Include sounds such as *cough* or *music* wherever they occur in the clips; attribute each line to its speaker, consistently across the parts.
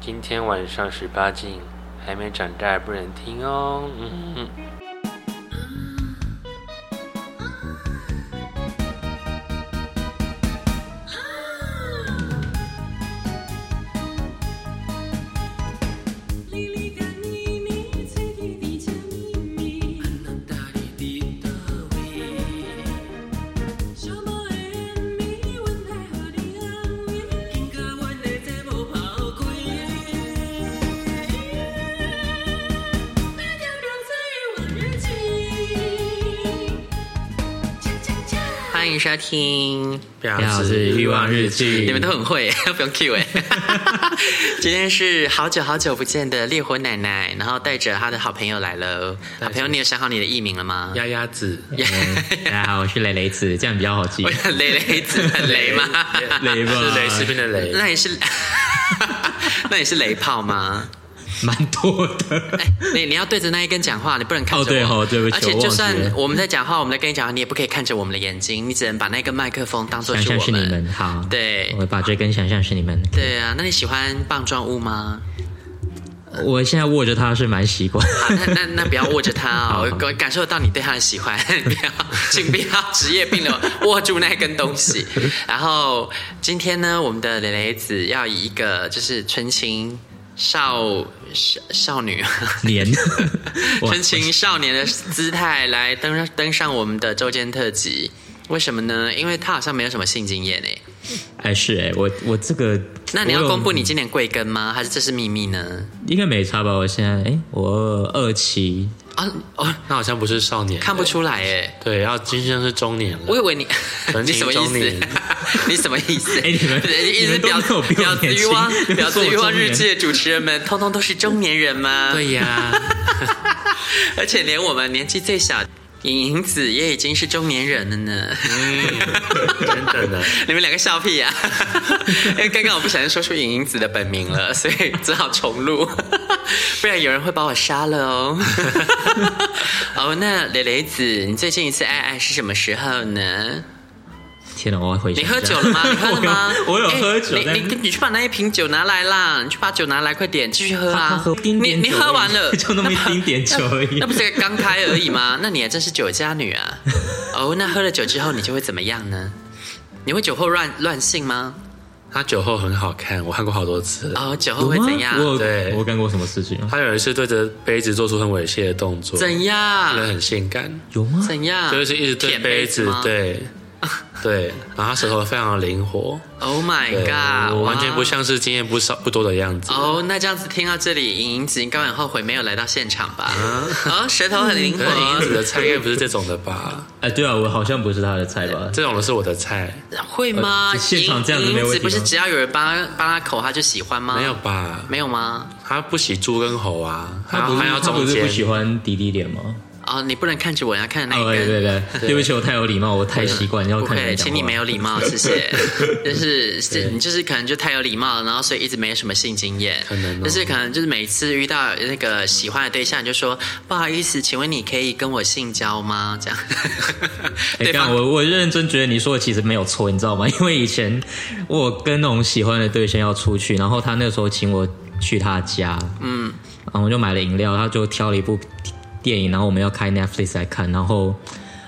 Speaker 1: 今天晚上十八禁，还没长大不能听哦。嗯，
Speaker 2: 欢迎收听《
Speaker 1: 婊子欲望日记
Speaker 3: 嗯
Speaker 2: 你们都很会， *laughs* 不用 Q 哎。今天是好久好久不见的烈火奶奶，然后带着她的好朋友来了。好朋友，你有想好你的艺名了吗？
Speaker 1: 丫丫子，
Speaker 3: 嗯大家好，我是蕾蕾子，这样比较好
Speaker 2: *laughs*
Speaker 3: 记
Speaker 2: 我。很 *laughs* 雷雷子，很雷吗？
Speaker 3: 雷吧，
Speaker 1: 是蕾丝边的蕾，
Speaker 2: 那你是， *laughs* 那你是雷炮吗？
Speaker 3: 蛮多的。
Speaker 2: 哎，你你要对着那一根讲话，你不能看着我。
Speaker 3: 哦对哦对不起
Speaker 2: 而且
Speaker 3: 我忘
Speaker 2: 就
Speaker 3: 记
Speaker 2: 算
Speaker 3: 了
Speaker 2: 我们在讲话，我们在跟你讲话，你也不可以看着我们的眼睛，你只能把那根麦克风当做
Speaker 3: 想
Speaker 2: 是
Speaker 3: 象
Speaker 2: 我
Speaker 3: 是你们，好，
Speaker 2: 对
Speaker 3: 我把这根想象是你们。
Speaker 2: 对啊，那你喜欢棒状物吗？
Speaker 3: 我现在握着它是蛮习惯。
Speaker 2: 啊那那那不要握着它
Speaker 3: 好
Speaker 2: 哦，我我感受到你对它的喜欢， *laughs* 不要，请不要职业病了握住那根东
Speaker 3: *laughs*
Speaker 2: 西。然后今天呢，我们的蕾蕾子要以一个就是纯情少少少女。 *laughs*
Speaker 3: 年，哇
Speaker 2: 纯
Speaker 3: *laughs*
Speaker 2: 情少年的姿态来登上登上我们的周间特辑，为什么呢？因为他好像没有什么性经验诶。
Speaker 3: 哎是哎，我我这个，
Speaker 2: 那你要
Speaker 3: 我有
Speaker 2: 公布你今年贵庚吗？还是这是秘密呢？
Speaker 3: 应该没差吧？我现在哎，我二七，
Speaker 2: 啊哦，
Speaker 1: 那好像不是少年，
Speaker 2: 看不出来欸诶。
Speaker 1: 对，要今天是中年了。
Speaker 2: 我以为你， *laughs*
Speaker 1: 纯
Speaker 2: 你
Speaker 1: 情
Speaker 2: 什么意
Speaker 1: 中年
Speaker 2: 思？ *laughs* 你什么意思？
Speaker 3: *laughs* 哎你们
Speaker 2: 一
Speaker 3: 你
Speaker 2: 直
Speaker 3: 们都
Speaker 2: 表
Speaker 3: 没有比我
Speaker 2: 表子
Speaker 3: 年
Speaker 2: 欲
Speaker 3: 轻
Speaker 2: 望、
Speaker 3: *laughs* 你们
Speaker 2: 表
Speaker 3: 说
Speaker 2: 子
Speaker 3: 我
Speaker 2: 欲望
Speaker 3: 中
Speaker 2: 日
Speaker 3: 年
Speaker 2: 记的主持人们，通通都是中年人吗？
Speaker 1: 对呀，
Speaker 2: *laughs* 而且连我们年纪最小影影子也已经是中年人了呢。
Speaker 3: 嗯
Speaker 1: 真的呢，
Speaker 2: *laughs* 你们两个笑屁呀、啊 *laughs* 因为刚刚我不小心说出影影子的本名了，所以只好重录， *laughs* 不然有人会把我杀了
Speaker 3: *laughs*
Speaker 2: 哦。哦，那蕾蕾子，你最近一次爱爱是什么时候呢？
Speaker 3: 天哪，我要回想
Speaker 2: 你
Speaker 3: 一下？
Speaker 2: 喝酒了吗？你喝了吗
Speaker 3: *laughs* 我有我有
Speaker 2: 哎
Speaker 3: 喝酒但
Speaker 2: 你你你去把那一瓶酒拿来啦！你去把酒拿来，快点，继续喝
Speaker 3: 他
Speaker 2: 啊！
Speaker 3: 喝一丁
Speaker 2: 你
Speaker 3: 点
Speaker 2: 你
Speaker 3: 酒
Speaker 2: 喝完
Speaker 3: 而已
Speaker 2: 了，
Speaker 3: *laughs* 就那么一丁点酒而
Speaker 2: *laughs*
Speaker 3: 已
Speaker 2: 那不是刚开而已吗？那你还真是酒家女
Speaker 3: *laughs*
Speaker 2: 啊！哦，那喝了酒之后你就会怎么样呢？你会酒后乱乱性吗？
Speaker 1: 他酒后很好看，我看过好多次。
Speaker 2: 哦，酒后
Speaker 3: 有
Speaker 2: 会
Speaker 3: 吗
Speaker 2: 怎样？
Speaker 3: 我有
Speaker 1: 对
Speaker 3: 我有干过什么事情吗？啊
Speaker 1: 他有一次对着杯子做出很猥亵的动作，
Speaker 2: 怎
Speaker 1: 真的
Speaker 2: 样？
Speaker 1: 很性感，
Speaker 3: 有吗？
Speaker 2: 怎样？
Speaker 1: 就是一直对
Speaker 2: 舔
Speaker 1: 杯子，
Speaker 2: 吗。
Speaker 1: 对
Speaker 2: *laughs*
Speaker 1: 对，然后他舌头非常灵活，
Speaker 2: Oh my
Speaker 1: 对
Speaker 2: god！
Speaker 1: 我完全
Speaker 2: 哇
Speaker 1: 不像是经验不少不多的样子。
Speaker 2: 哦那这样子听到这里，莹莹子应该很后悔没有来到现场吧？
Speaker 1: 啊
Speaker 2: 哦，舌头很灵
Speaker 1: 可是银子
Speaker 2: 活，
Speaker 1: 的菜应该不是这种的吧？
Speaker 3: 哎，对啊，我好像不是他的菜吧？
Speaker 1: 这种的是我的菜，
Speaker 2: 会吗？
Speaker 3: 呃现场这样子
Speaker 2: 莹
Speaker 3: 没
Speaker 2: 莹
Speaker 3: 问
Speaker 2: 子
Speaker 3: 题
Speaker 2: 不
Speaker 3: 吗
Speaker 2: 是只要有人帮她帮她口，她就喜欢吗？
Speaker 1: 没有，吧？
Speaker 2: 没有吗？
Speaker 1: 他不洗猪跟猴啊，还
Speaker 3: 他
Speaker 1: 要
Speaker 3: 不是
Speaker 1: 还要
Speaker 3: 他
Speaker 1: 中
Speaker 3: 不是
Speaker 1: 间
Speaker 3: 不。喜欢滴滴脸吗？
Speaker 2: 哦，你不能看着我，要看那
Speaker 3: 哦，
Speaker 2: 一
Speaker 3: 对
Speaker 2: 根。
Speaker 3: 对对，对不起，我太有礼貌，我太习惯要
Speaker 2: 哎不
Speaker 3: 看
Speaker 2: 会，
Speaker 3: 人讲话
Speaker 2: 请你没有礼貌，谢
Speaker 3: *laughs*
Speaker 2: 谢。就是是，你就是可能就太有礼貌了，然后所以一直没有什么性经验。
Speaker 1: 可能哦
Speaker 2: 就是可能就是每次遇到那个喜欢的对象，你就说不好意思，请问你可以跟我性交吗？
Speaker 3: *laughs*
Speaker 2: 这样。
Speaker 3: 哎，
Speaker 2: 对
Speaker 3: 干
Speaker 2: 方
Speaker 3: 我我认真觉得你说的其实没有错，你知道吗？ *laughs* 因为以前我跟那种喜欢的对象要出去，然后他那时候请我去他家，嗯，然后我就买了饮料，他就挑了一部电影，然后我们要开 Netflix 来看，然后。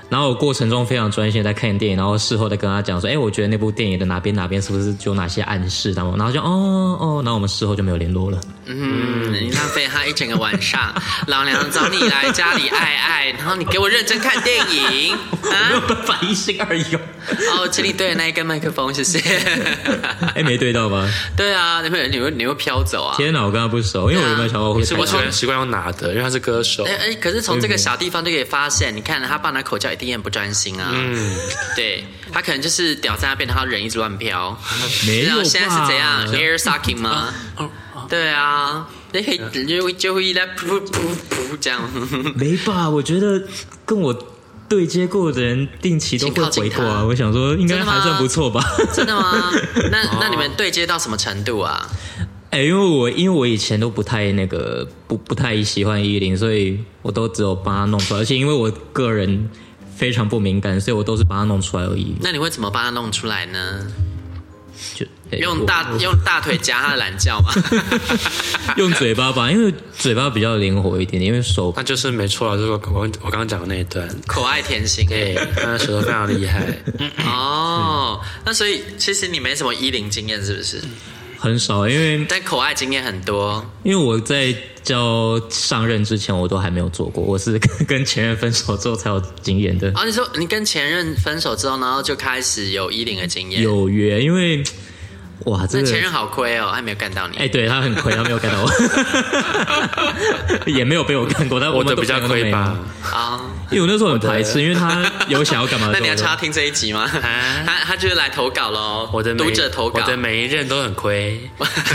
Speaker 3: 然后我过程中非常专心地在看电影，然后事后再跟他讲说，哎，我觉得那部电影的哪边哪边是不是就有哪些暗示，然后然后就哦哦，然后我们事后就没有联络了。 *laughs*
Speaker 2: 嗯，你浪费他一整个晚上，老娘找你来家里爱爱，然后你给我认真看电影
Speaker 3: 没 *laughs* 有
Speaker 2: 啊！
Speaker 3: 办法一心二用。
Speaker 2: 哦，请你对着那一根麦克风，谢谢。
Speaker 3: 哎，没对到吧？
Speaker 2: 对啊，你会你会你会飘走啊？
Speaker 3: 天哪，我跟他不熟，因为我原本想到我会
Speaker 1: 是
Speaker 3: 猜
Speaker 1: 我
Speaker 3: 到
Speaker 1: 喜欢习惯用拿的，因为他是歌手
Speaker 2: 哎、。哎，可是从这个小地方就可以发现，你看他爸那口罩一定很不专心啊。嗯，对他可能就是屌在那边，然后人一直乱飘。
Speaker 3: 没
Speaker 2: 然后
Speaker 3: 有吧？
Speaker 2: 现在是怎样？air sucking 吗？对啊，你可以就会就会在噗噗噗这样。
Speaker 3: 没吧？我觉得跟我对接过的人定期都会回
Speaker 2: 请靠近他
Speaker 3: 过啊。我想说，应该还算不错
Speaker 2: *laughs*
Speaker 3: 吧？
Speaker 2: 真的吗？那那你们对接到什么程度啊？
Speaker 3: 哎，因为我因为我以前都不太那个不不太喜欢依林，所以我都只有帮他弄出来，而且因为我个人非常不敏感，所以我都是帮他弄出来而已。
Speaker 2: 那你会怎么帮他弄出来呢？
Speaker 3: 就对
Speaker 2: 用
Speaker 3: 我
Speaker 2: 大
Speaker 3: 我
Speaker 2: 用大腿夹他的懒觉嘛？
Speaker 3: 用嘴巴吧，因为嘴巴比较灵活一点，因为手
Speaker 1: 那就是没错了，就是我我我刚刚讲的那一段。
Speaker 2: 可爱甜心哎、
Speaker 1: 对，他舌头非常厉害，
Speaker 2: 哦，
Speaker 1: 嗯
Speaker 2: 那所以其实你没什么衣领经验是不是？*laughs*
Speaker 3: 很少，啊因为
Speaker 2: 但口爱经验很多，
Speaker 3: 因为我在教上任之前，我都还没有做过，我是跟前任分手之后才有经验的。
Speaker 2: 哦，你说你跟前任分手之后，然后就开始有衣领的经验，
Speaker 3: 有约，因为哇，这
Speaker 2: 那
Speaker 3: 个
Speaker 2: 前任好亏哦，还没有干到你。
Speaker 3: 哎、对他很亏，他没有看到我， *laughs* 也没有被我看过，但
Speaker 1: 我
Speaker 3: 们
Speaker 1: 的
Speaker 3: 都
Speaker 1: 比较
Speaker 3: 朋友都没
Speaker 1: 亏
Speaker 3: 有
Speaker 1: 吧？？
Speaker 2: 哦，
Speaker 3: 因为我那时候很排斥，因为他有想要干嘛的
Speaker 2: *laughs* 那
Speaker 3: 时候，
Speaker 2: 你要叫他听这一集
Speaker 1: 啊
Speaker 2: *laughs* 吗？他他就是来投稿喽，
Speaker 1: 我的每
Speaker 2: 读者投稿
Speaker 1: 我的每一任都很亏，
Speaker 2: *laughs*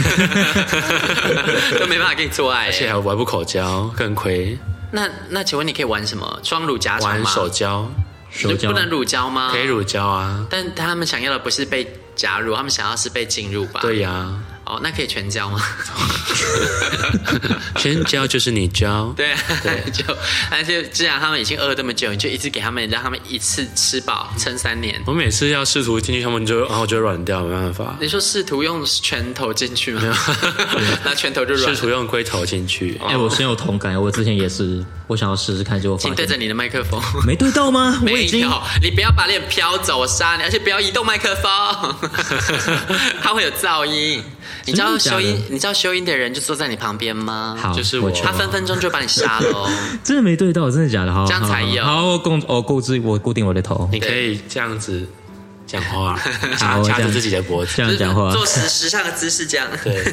Speaker 2: 都没办法跟你做爱
Speaker 1: 而且
Speaker 2: 耶。
Speaker 1: 还玩不口交，更亏，
Speaker 2: 那那请问你可以玩什么？双乳夹床
Speaker 1: 玩
Speaker 2: 吗？
Speaker 1: 手交，
Speaker 3: 手
Speaker 2: 就
Speaker 3: 交
Speaker 2: 不能乳胶吗？
Speaker 1: 可以，乳交啊，
Speaker 2: 但他们想要的不是被夹乳，他们想要是被进入吧？
Speaker 1: 对呀、
Speaker 2: 哦，那可以全交
Speaker 3: *laughs*
Speaker 2: 吗？
Speaker 1: 先交就是你交，
Speaker 2: 对啊，就而且既然他们已经饿这么久，你就一直给他们，让他们一次吃饱撑三年。
Speaker 1: 我每次要试图进去，他们就然后就软掉，没办法，
Speaker 2: 你说试图用拳头进去吗？ *laughs* 那拳头就软
Speaker 1: 试
Speaker 2: 了。
Speaker 1: 图用龟头进去，
Speaker 3: 哎、我深有同感，我之前也是，我想要试试看，结果发
Speaker 2: 请对
Speaker 3: 现
Speaker 2: 着你的麦克风。
Speaker 3: 没对到吗？ *laughs* 我
Speaker 2: 没
Speaker 3: 已经
Speaker 2: 有，你不要把脸飘走，我杀你！而且不要移动麦克
Speaker 3: *laughs*
Speaker 2: 风，它会有噪音。你知道
Speaker 3: 真的假
Speaker 2: 修
Speaker 3: 的
Speaker 2: 音，你知道修音的人就坐在你旁边吗？
Speaker 3: 好，
Speaker 1: 就是我
Speaker 3: 我
Speaker 2: 他
Speaker 3: 全
Speaker 2: 分分钟就把你杀了
Speaker 3: *laughs*
Speaker 2: 哦。
Speaker 3: 真的没对到，真的假的？好，
Speaker 2: 这样
Speaker 3: 好
Speaker 2: 才有
Speaker 3: 好，好我固我固定我固定我的头，
Speaker 1: 你可以这样子讲 *laughs* 话，掐
Speaker 3: 好我
Speaker 1: 掐
Speaker 3: 这
Speaker 1: 着
Speaker 3: 样
Speaker 1: 自己的脖子
Speaker 3: 这。样讲话，
Speaker 2: 做时时尚的姿势这样。
Speaker 1: 对，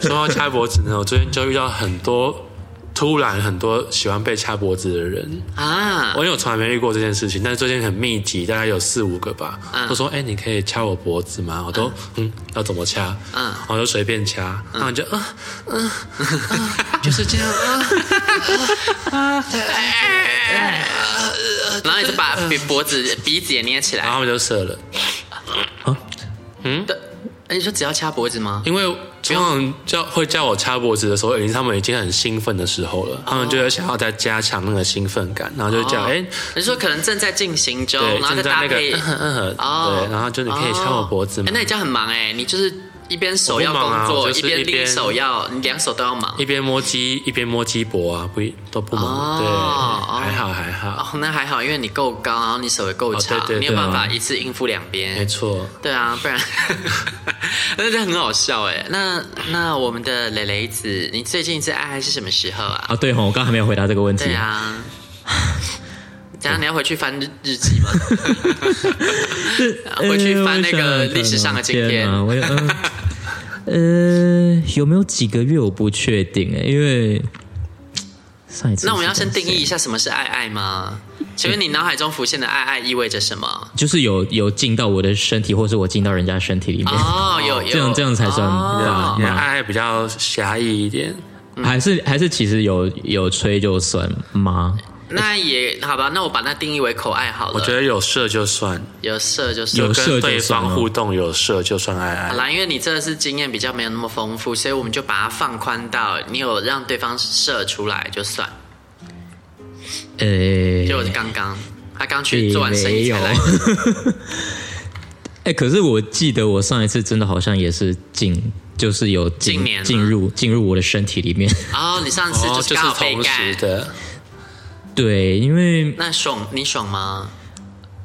Speaker 1: 说到掐脖子呢，我最近就遇到很多突然很多喜欢被掐脖子的人，
Speaker 2: 啊
Speaker 1: 我，因为我从来没遇过这件事情，但是最近很密集，大概有四五个吧，
Speaker 2: 嗯
Speaker 1: 都说哎、你可以掐我脖子吗？我都嗯要怎么掐？
Speaker 2: 嗯
Speaker 1: 嗯，我就随便掐，然后你就啊嗯嗯，就是这样啊，
Speaker 2: *laughs* 然后你就把鼻脖子、鼻子也捏起
Speaker 1: 然后
Speaker 2: 来。
Speaker 1: 他们就射了，嗯
Speaker 2: 对，哎你说只要掐脖子吗？
Speaker 1: 因为通常叫会叫我掐脖子的时候，已经他们已经很兴奋的时候了，他们就会想要再加强那个兴奋感，然后就叫哎。
Speaker 2: 哦你说可能正在进行中，
Speaker 1: 对，
Speaker 2: 然后再
Speaker 1: 正在
Speaker 2: 搭
Speaker 1: 那个
Speaker 2: 配
Speaker 1: *laughs* 嗯哼嗯哼
Speaker 2: 哦，
Speaker 1: 对，然后就你可以掐我脖子
Speaker 2: 哦
Speaker 1: 嘛
Speaker 2: 哎，那你这样很忙哎，你就是一边手要
Speaker 1: 我不忙
Speaker 2: 工
Speaker 1: 啊
Speaker 2: 作，
Speaker 1: 我就是
Speaker 2: 边
Speaker 1: 一边
Speaker 2: 另一手要，你两手都要忙。
Speaker 1: 一边摸鸡一边摸鸡脖啊，不一都不忙，对
Speaker 2: 哦，哦
Speaker 1: 还好还好，
Speaker 2: 哦，那还好，因为你够高，然后你手也够长，
Speaker 1: 哦对对
Speaker 2: 你有
Speaker 1: 对
Speaker 2: 办法
Speaker 3: 啊
Speaker 2: 一次应付两
Speaker 1: 没
Speaker 2: 边。
Speaker 1: 错。
Speaker 2: 对啊，不然
Speaker 3: *laughs*
Speaker 2: 那这很好笑哎。那那我们的蕾蕾子，你最近一次爱爱是什么时候啊？
Speaker 3: 啊，对吼，我刚刚还没有回答这个问题。
Speaker 2: 对啊，等一下你要回去翻日日记
Speaker 3: *laughs*
Speaker 2: 吗？回去翻那
Speaker 3: 哎
Speaker 2: 个
Speaker 3: 啊
Speaker 2: 历史上的今天
Speaker 3: 呃我想想看哦天啊我 *laughs* 呃，呃，有没有几个月我不确定哎、因为上一次
Speaker 2: 那我们要先
Speaker 3: 是
Speaker 2: 定义一下什么是爱爱吗？请问你脑海中浮现的爱爱意味着什
Speaker 3: *laughs*
Speaker 2: 么？
Speaker 3: 就是有有进到我的身体，或是我进到人家身体里面，
Speaker 2: 哦，有有，
Speaker 3: 这样这样才算啊
Speaker 2: 哦
Speaker 3: 辣
Speaker 1: 你的
Speaker 3: 妈。
Speaker 1: 啊爱比较狭义一点，
Speaker 2: 嗯
Speaker 3: 还是还是其实有有吹就算吗？
Speaker 2: 那也好吧，那我把它定义为口爱好了。
Speaker 1: 我觉得有射就算，
Speaker 2: 有色就是
Speaker 3: 有射
Speaker 1: 跟
Speaker 3: 就
Speaker 1: 对
Speaker 3: 算
Speaker 1: 方
Speaker 3: 哦
Speaker 1: 互动有射就算爱
Speaker 2: 好
Speaker 1: 爱。
Speaker 2: 啦，因为你这次经验比较没有那么丰富，所以我们就把它放宽到你有让对方射出来就算。
Speaker 3: 呃、
Speaker 2: 就我刚刚，他刚去
Speaker 3: 也
Speaker 2: 做完生
Speaker 3: 没
Speaker 2: 意
Speaker 3: 有。 *laughs*
Speaker 2: 才来
Speaker 3: 哎。、可是我记得我上一次真的好像也是进，就是有进
Speaker 2: 近年吗
Speaker 3: 进入进入我的身体里面。
Speaker 2: 哦，你上次
Speaker 1: 哦，
Speaker 2: 就是
Speaker 1: 就是
Speaker 2: 刚好被
Speaker 1: 同时
Speaker 2: 干。
Speaker 1: 的，
Speaker 3: 对，因为
Speaker 2: 那爽，你爽
Speaker 1: *laughs*
Speaker 2: 吗？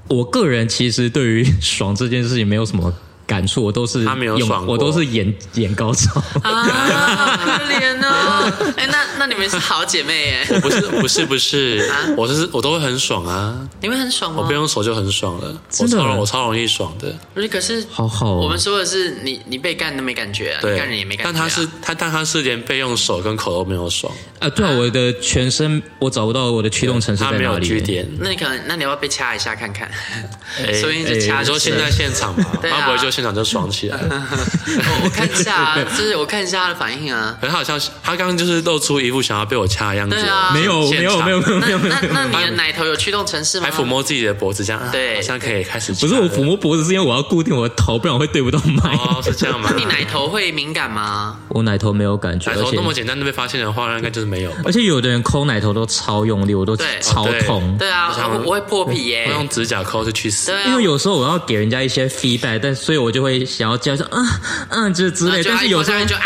Speaker 3: 我个人其实对于 *laughs* 爽这件事情没有什么感触，我都是
Speaker 1: 他没有
Speaker 3: 用
Speaker 1: 爽过
Speaker 3: 我都是演演高潮。
Speaker 2: 啊，好可怜哦！ *laughs* 哎、那那你们是好姐妹耶，
Speaker 1: 不是不是不
Speaker 2: *laughs*
Speaker 1: 是，
Speaker 2: 啊
Speaker 1: 我是我都会很爽啊，
Speaker 2: 你们很爽吗？
Speaker 1: 我不用手就很爽了，我
Speaker 3: 真的哦
Speaker 1: 超容我超容易爽的，
Speaker 2: 不是，可是
Speaker 3: 好好哦
Speaker 2: 我们说的是你，你被干都没感觉、啊，你
Speaker 1: 对
Speaker 2: 干人也没，感觉、啊。
Speaker 1: 但他是他但他是连备用手跟口都没有爽，
Speaker 3: 啊，对啊，我的全身我找不到我的驱动程式
Speaker 1: 他
Speaker 3: 在
Speaker 1: 没
Speaker 3: 哪
Speaker 1: 有
Speaker 3: 里、
Speaker 1: 据点，
Speaker 2: 那你可能，那你要不要被掐一下看看？
Speaker 1: *laughs* 哎
Speaker 2: 所以你就掐
Speaker 1: 你说
Speaker 2: 就
Speaker 1: 现
Speaker 2: 是
Speaker 1: 在现场嘛，
Speaker 2: 对啊
Speaker 1: 他不会就现场就爽起来，
Speaker 2: *laughs* 我我看一下、啊，就是我看一下他的反应
Speaker 1: *laughs*
Speaker 2: 啊。
Speaker 1: 可是好像是他刚刚就是露出一副想要被我掐的样子，哦
Speaker 2: 对啊
Speaker 3: 没有
Speaker 1: 现
Speaker 3: 没有
Speaker 1: 场
Speaker 3: 没有没 *laughs* 有没
Speaker 2: 那
Speaker 3: 有没
Speaker 2: 那
Speaker 3: 有，
Speaker 2: 那你的奶头有驱动城市吗？
Speaker 1: 还抚摸自己的脖子这样，啊
Speaker 2: 对
Speaker 1: 好像可以开始掐
Speaker 3: 不
Speaker 1: 了。
Speaker 3: 是我抚摸脖子是因为我要固定我的头，不然我会对不到麦。
Speaker 1: 哦，是这样
Speaker 2: *laughs*
Speaker 1: 吗？
Speaker 2: 你奶头会敏感吗？
Speaker 3: *laughs* 我奶头没有感觉，
Speaker 1: 奶
Speaker 3: 而
Speaker 1: 头
Speaker 3: 且
Speaker 1: 那么简单的被发现的话，那应该就是没有吧。
Speaker 3: 而且有的人抠奶头都超用力，我都
Speaker 1: 哦
Speaker 2: 对
Speaker 3: 超痛。
Speaker 2: 对啊，
Speaker 1: 我想
Speaker 2: 我我会破皮耶、
Speaker 1: 我用指甲抠是去死
Speaker 2: 对，啊，
Speaker 3: 因为有时候我要给人家一些 feedback，但所以我我就会想要叫说啊啊这之类，
Speaker 2: 就
Speaker 3: 但是有时候
Speaker 2: 就啊，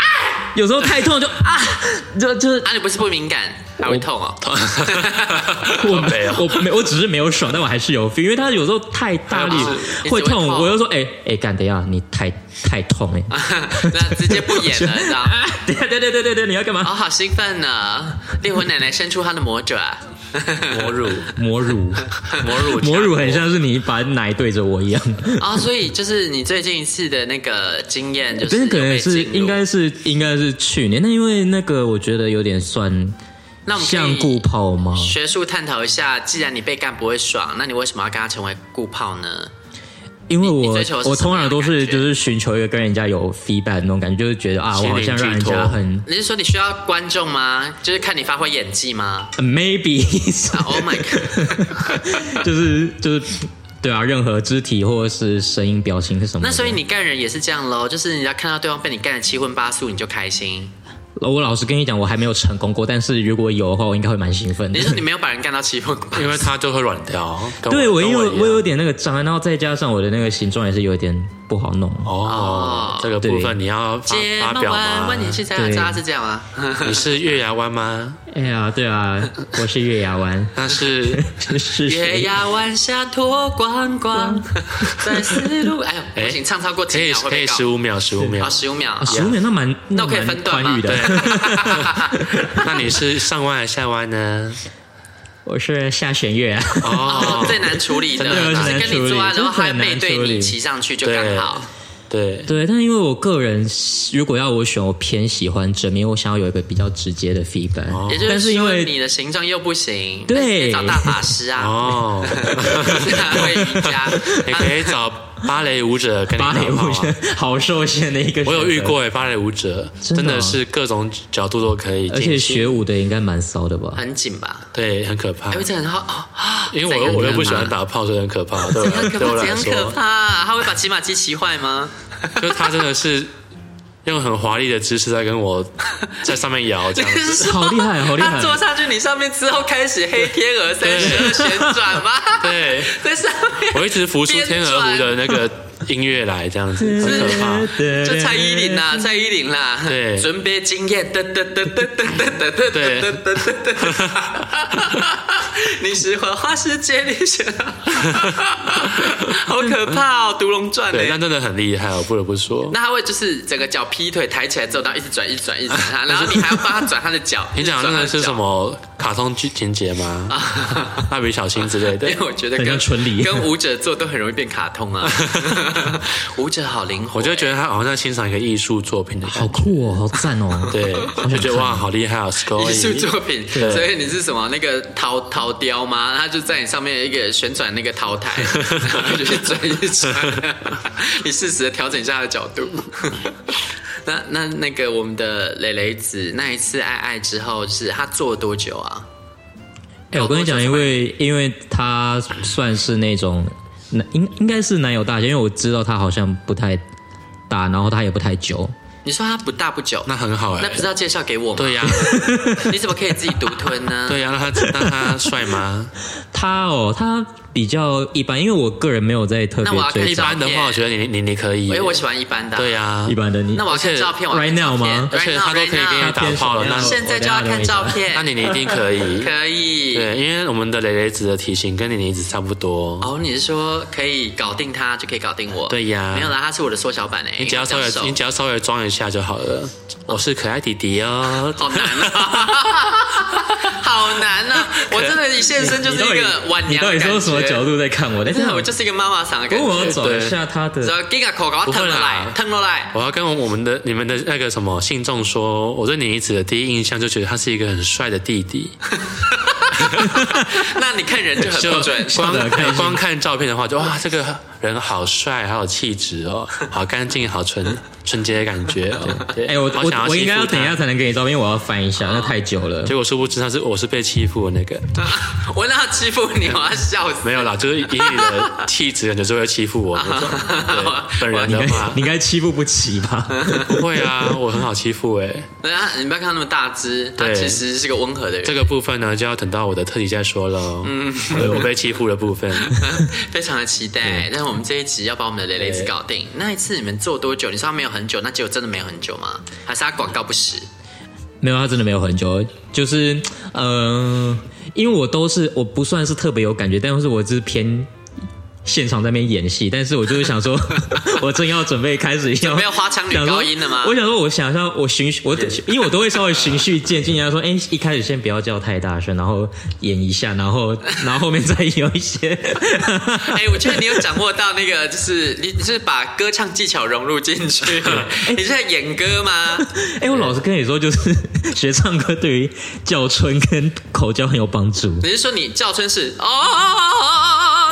Speaker 3: 有时候太痛就啊，就就是
Speaker 2: 啊，你不是不敏感，还会痛
Speaker 3: *laughs*
Speaker 2: 哦。 *laughs*
Speaker 3: 我
Speaker 1: 没
Speaker 2: 啊
Speaker 1: 有
Speaker 3: 我没我只是没有爽，但我还是有 feel，因为它有时候太大力
Speaker 2: 还有哎不是一直
Speaker 3: 会
Speaker 2: 会
Speaker 3: 痛，
Speaker 2: 痛
Speaker 3: 我就说哎哎干等一下你太太痛哎、
Speaker 2: 那直接不演了，你知道
Speaker 3: *laughs*
Speaker 2: 吗？啊
Speaker 3: 啊等一下等一下等一下等一下你要干
Speaker 2: 我
Speaker 3: 嘛？
Speaker 2: 好兴奋呢！烈火奶奶伸出她的魔爪，
Speaker 1: 魔
Speaker 2: *laughs*
Speaker 1: 乳，
Speaker 3: 母乳
Speaker 1: 魔乳，
Speaker 3: 母乳很像是你把奶对着我一样，
Speaker 2: 啊、所以就是你最近一次的那个经验，就是
Speaker 3: 但是可能是
Speaker 2: 有被进入
Speaker 3: 应该是应该是去年，那因为那个我觉得有点算
Speaker 2: 那我们可以
Speaker 3: 像固泡吗？
Speaker 2: 学术探讨一下，既然你被干不会爽，那你为什么要跟他成为固炮呢？
Speaker 3: 因为
Speaker 2: 你
Speaker 3: 我
Speaker 2: 追求的是
Speaker 3: 我
Speaker 2: 什么
Speaker 3: 通
Speaker 2: 样
Speaker 3: 常
Speaker 2: 的
Speaker 3: 都是
Speaker 2: 感觉
Speaker 3: 就是寻求一个跟人家有 feedback 的那种感觉，就是觉得啊，我
Speaker 1: 心灵
Speaker 3: 好像让人
Speaker 1: 寄托
Speaker 3: 家很
Speaker 2: 你是说你需要观众吗？就是看你发挥演技吗、
Speaker 3: 呃 maybe， *laughs*
Speaker 2: 啊、？Oh my god！ *laughs*
Speaker 3: 就是就是对啊，任何肢体或者是声音、表情是什么的？
Speaker 2: 那所以你干人也是这样喽，就是你要看到对方被你干的七荤八素，你就开心。
Speaker 3: 我老实跟你讲，我还没有成功过，但是如果有的话，我应该会蛮兴奋
Speaker 2: *laughs*
Speaker 3: 的
Speaker 2: 你。说你没有把人干到七荤八素，
Speaker 1: 因为它就会软掉。跟
Speaker 3: *laughs* 对我
Speaker 1: 跟
Speaker 3: 因为
Speaker 1: 我
Speaker 3: 我有点那个障碍，然后再加上我的那个形状也是有一点不好弄。
Speaker 1: 哦，这个部分你要发
Speaker 2: 睫
Speaker 1: 发
Speaker 2: 毛
Speaker 1: 表
Speaker 2: 弯
Speaker 1: 吗
Speaker 2: 弯？啊你是这样
Speaker 3: 对
Speaker 2: 扎是这样吗？
Speaker 1: 你是月牙湾吗？
Speaker 3: 哎呀，
Speaker 2: *laughs*
Speaker 3: 对啊，我是月牙湾，
Speaker 1: 那是
Speaker 3: 是
Speaker 2: 月
Speaker 3: 谁？
Speaker 2: 牙湾下脱光光，
Speaker 1: *laughs*
Speaker 2: 在丝路。哎呦，
Speaker 1: 哎
Speaker 2: 不行，唱超过
Speaker 1: 可
Speaker 2: 几
Speaker 1: 以
Speaker 2: 秒会
Speaker 1: 可
Speaker 2: 被
Speaker 1: 以
Speaker 2: 告
Speaker 1: 十。五秒，十五秒
Speaker 2: 啊，。十五秒 *laughs*
Speaker 3: 啊，。十五秒那蛮
Speaker 2: 那我可以
Speaker 3: 蛮
Speaker 2: 分段吗
Speaker 3: 宽裕的
Speaker 1: 对。
Speaker 2: 哦
Speaker 1: 那你是上弯还是下弯呢？
Speaker 3: *laughs* 我是下弦月啊。
Speaker 1: 哦，
Speaker 2: 最难处理的，
Speaker 1: 真的
Speaker 2: 就
Speaker 1: 很
Speaker 2: 是
Speaker 1: 难
Speaker 2: 跟你做爱，然后
Speaker 3: 处理真的
Speaker 2: 他
Speaker 3: 很
Speaker 2: 背
Speaker 3: 难
Speaker 2: 对
Speaker 3: 处
Speaker 2: 你
Speaker 3: 理
Speaker 2: 骑上去就刚
Speaker 1: 哦
Speaker 2: 好。
Speaker 1: 对，
Speaker 3: 对，但因为我个人如果要我选，我偏喜欢正面，因为我想要有一个比较直接的 feedback。
Speaker 1: 哦
Speaker 2: 也就
Speaker 3: 但
Speaker 2: 是
Speaker 3: 是因
Speaker 2: 说
Speaker 3: 为
Speaker 2: 你的形状又不行，
Speaker 3: 对
Speaker 2: 那你得找大法师啊，
Speaker 1: 哦，
Speaker 2: 他会瑜伽。
Speaker 1: 你可以找芭蕾舞者跟你
Speaker 3: 芭蕾
Speaker 1: 打炮
Speaker 3: 舞
Speaker 1: 啊
Speaker 3: 圈好受限的一个，
Speaker 1: 我有遇，过哎，芭蕾舞者
Speaker 3: 真的哦
Speaker 1: 真的是各种角度都可以进
Speaker 3: 而
Speaker 1: 行，
Speaker 3: 且学舞的应该蛮骚的吧？
Speaker 2: 很紧吧？
Speaker 1: 对很可怕
Speaker 2: 哎，，我真的很好啊，
Speaker 1: 因为我又我又不喜欢打炮，所以很可怕，对我来
Speaker 2: 怎
Speaker 1: 对
Speaker 2: 样可怕，怎
Speaker 1: 我来
Speaker 2: 样可
Speaker 1: 说，
Speaker 2: 怕啊？他会把骑马机骑坏吗？
Speaker 1: 就是他真的是用很华丽的姿势在跟我 *laughs* 在上面摇这样
Speaker 2: *laughs*
Speaker 1: 子。
Speaker 3: 好厉害好厉害
Speaker 2: 他坐上去你上面之后开始黑天鹅三十二旋转吗？
Speaker 1: 对，
Speaker 2: 在上面，
Speaker 1: 我一直浮出天鹅湖的那个音乐来，这样子很可怕。
Speaker 2: 就蔡依林啦，蔡依林啦，
Speaker 1: 对
Speaker 2: 准备经验，噔噔噔噔噔噔噔噔
Speaker 1: 对
Speaker 2: 噔噔噔噔，你是花花世界里选，好可怕哦，《独龙传》
Speaker 1: 对，
Speaker 2: 欸
Speaker 1: 但真的很厉害，我不得不说。
Speaker 2: 那他会就是整个脚劈腿抬起来之后，然后一直转，一直转，一直转，然后你还要帮他转他的脚。
Speaker 1: 你讲的那个是什
Speaker 2: 么？
Speaker 1: 么卡通剧情节吗？蜡笔小新之类
Speaker 2: *laughs*
Speaker 1: 的
Speaker 2: 因。为我觉得
Speaker 3: 很
Speaker 2: 跟
Speaker 3: 像春梨
Speaker 2: 跟舞者做都很容易变卡通啊。舞者好灵活，
Speaker 1: 我就觉得他好像在欣赏一个艺术作品的
Speaker 3: 好
Speaker 1: 感觉，
Speaker 3: 酷哦，好赞哦！
Speaker 1: *laughs* 对，我就觉得哇，好厉害哦
Speaker 2: 艺术作
Speaker 1: ，Scory，
Speaker 2: 品，
Speaker 1: 对
Speaker 2: 所以你是什么那个陶陶雕吗？他就在你上面有一个旋转那个陶
Speaker 1: *laughs*
Speaker 2: 台，然后就是转一转，你适时的调整一下他的角度。 *laughs* 那那那个我们的蕾蕾子那一次爱爱之后，就是他做了多久啊？
Speaker 3: 哎，我跟你讲，因为因为他算是那种，那应应该是男友大姐，因为我知道他好像不太大，然后他也不太久，
Speaker 2: 你说他不大不久，
Speaker 1: 那很好
Speaker 2: 那
Speaker 1: 哎
Speaker 2: 不。是要介绍给我吗？
Speaker 1: 对呀，
Speaker 2: 你怎么可以自己独吞呢？
Speaker 1: *laughs* 对呀，那他那他帅吗？
Speaker 2: *laughs*
Speaker 3: 他哦，他比较一般，因为我个人没有在特
Speaker 2: 那我要
Speaker 3: 别
Speaker 2: 看
Speaker 3: 追
Speaker 1: 一
Speaker 3: 找
Speaker 1: 般的话，我觉得你你你可以
Speaker 2: 因为。
Speaker 1: 耶
Speaker 2: 我喜欢一般的啊、
Speaker 1: 对呀
Speaker 3: 一，般的你。
Speaker 2: 那我要
Speaker 1: 而
Speaker 2: 看
Speaker 1: 且
Speaker 2: 照片，我要
Speaker 3: right
Speaker 2: 看照
Speaker 3: now
Speaker 2: 片
Speaker 3: 吗
Speaker 1: 而且他都可以给你
Speaker 3: 他
Speaker 1: 打
Speaker 3: 偏
Speaker 1: 炮了，
Speaker 3: 什么
Speaker 1: 那
Speaker 3: 样
Speaker 2: 现在就要看照片，
Speaker 1: 那你你一定可以。
Speaker 2: 可以。
Speaker 1: *laughs* 对，因为我们的蕾蕾子的体型跟你妮子差不多，
Speaker 2: 哦，你是说可以搞定他就可以搞定我？
Speaker 1: 对呀
Speaker 2: 没有啦，他是我的缩小版诶、欸
Speaker 1: 你只要稍微
Speaker 2: 比较瘦
Speaker 1: 你只要稍微装一下就好了。我是可爱弟弟哦，
Speaker 2: 好难啊， *laughs* 好难
Speaker 1: *laughs*
Speaker 2: 啊！我真的一现身就是一个晚
Speaker 3: 你
Speaker 2: 娘
Speaker 3: 到
Speaker 2: 的
Speaker 3: 底
Speaker 2: 感
Speaker 3: 是
Speaker 2: 觉
Speaker 3: 用什么角？度在看我？但
Speaker 2: 真
Speaker 3: 是
Speaker 2: 的，我就是一个妈妈嗓的
Speaker 3: 不
Speaker 2: 感
Speaker 3: 过我要
Speaker 2: 觉。
Speaker 3: 找一下他
Speaker 2: 只
Speaker 3: 的。
Speaker 2: 要给个口搞，
Speaker 1: 不会
Speaker 2: 腾了来
Speaker 1: 啦，
Speaker 2: 腾了来。
Speaker 1: 我要跟我们的你们的那个什么信众说，我对你妮子的第一印象就觉得他是一个很帅的弟弟，
Speaker 2: 那你看人就很
Speaker 1: *laughs* 就
Speaker 2: 不准，
Speaker 1: 光
Speaker 3: 的开心
Speaker 1: 光看照片的话，就哇这个人好帅，好有气质哦，好干净，好纯纯洁的感觉哦。对
Speaker 3: 哎，我
Speaker 1: 好想
Speaker 3: 我我
Speaker 1: 欺负
Speaker 3: 应该要等一下
Speaker 1: 他。
Speaker 3: 才能给你照片，因为我要翻一下，那太久了。
Speaker 1: 结果殊不知他是我是被欺负的那个，
Speaker 2: 我让他欺负你，我要笑死。
Speaker 1: 没有啦，就是以你的气质，你就会欺负我那种。 *laughs* 对，本人
Speaker 3: 你
Speaker 1: 的
Speaker 3: 应该
Speaker 1: 话
Speaker 3: 你应该欺负不起吧？
Speaker 1: *laughs*
Speaker 3: *laughs*
Speaker 1: 不会啊，我很好欺负哎、
Speaker 2: 那他你不要看他那么大只，他
Speaker 1: 对
Speaker 2: 其实是个温和的人，
Speaker 1: 这个部分呢，就要等到我的特辑再说喽。嗯，我被欺负的部分，
Speaker 2: *laughs* 非常的期待。但我我们这一集要把我们的雷雷子搞定。那一次你们做多久？你说他没有很久，那结果真的没有很久吗？还是他广告不
Speaker 3: *laughs*
Speaker 2: 实？
Speaker 3: 没有，他真的没有很久，就是嗯、呃因为我都是我不算是特别有感觉，但是我是偏现场在那边演戏，但是我就是
Speaker 2: *laughs*
Speaker 3: 想说，我正要准备开始要
Speaker 2: 没有花腔女
Speaker 3: 想说
Speaker 2: 高音了吗？
Speaker 3: 我想说，我想象我循序，我因为我都会稍微循序渐进，然后说，哎、一开始先不要叫太大声，然后演一下，
Speaker 2: *laughs*
Speaker 3: 然后然后后面再有一些，
Speaker 2: 哎、我觉得你有掌握到那个，就是你你是把歌唱技巧融入进
Speaker 3: *laughs*
Speaker 2: 去，你是在演歌吗？
Speaker 3: 哎、我老实跟你说，就是学唱歌对于叫春跟口交很有帮助。
Speaker 2: 你是说你叫春是哦哦哦哦哦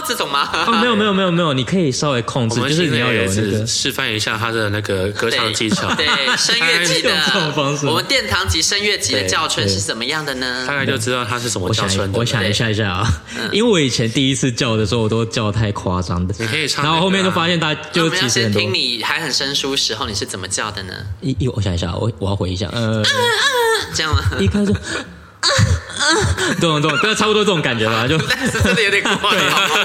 Speaker 2: 哦这种吗？
Speaker 3: 哦，没有没有没有没有，你可以稍微控
Speaker 1: 哎我
Speaker 3: 制，
Speaker 1: 们
Speaker 3: 就是你要有那
Speaker 1: 是
Speaker 3: 个。
Speaker 1: 示范一下他的那个歌唱技巧，
Speaker 2: 对对声乐级
Speaker 3: *laughs*
Speaker 2: 的
Speaker 3: 还有这种方，式
Speaker 2: 我们殿堂级声乐级的
Speaker 1: 对
Speaker 2: 叫春
Speaker 3: 对
Speaker 2: 是怎么样的
Speaker 1: 大
Speaker 2: 呢？
Speaker 1: 概就知道他是什么
Speaker 3: 我
Speaker 1: 叫
Speaker 3: 想
Speaker 1: 春的。嗯
Speaker 3: 我想一下一下啊，因为我以前第一次叫的时候，我都叫太夸张的，
Speaker 1: 你可以唱
Speaker 3: 然
Speaker 1: 那
Speaker 3: 后后
Speaker 1: 个
Speaker 3: 面就
Speaker 1: 啊
Speaker 3: 发现大家
Speaker 2: 那
Speaker 3: 就
Speaker 2: 我们要
Speaker 3: 其实
Speaker 2: 先
Speaker 3: 很多
Speaker 2: 听你还很生疏时候，你是怎么叫的呢？
Speaker 3: 一一我想一下，我我要回一下，呃，
Speaker 2: 这样吗？
Speaker 3: 一开始， *laughs* 懂懂，对，差不多这种感觉吧，
Speaker 1: *laughs*
Speaker 3: 就
Speaker 2: *laughs* 但是真的有点过了，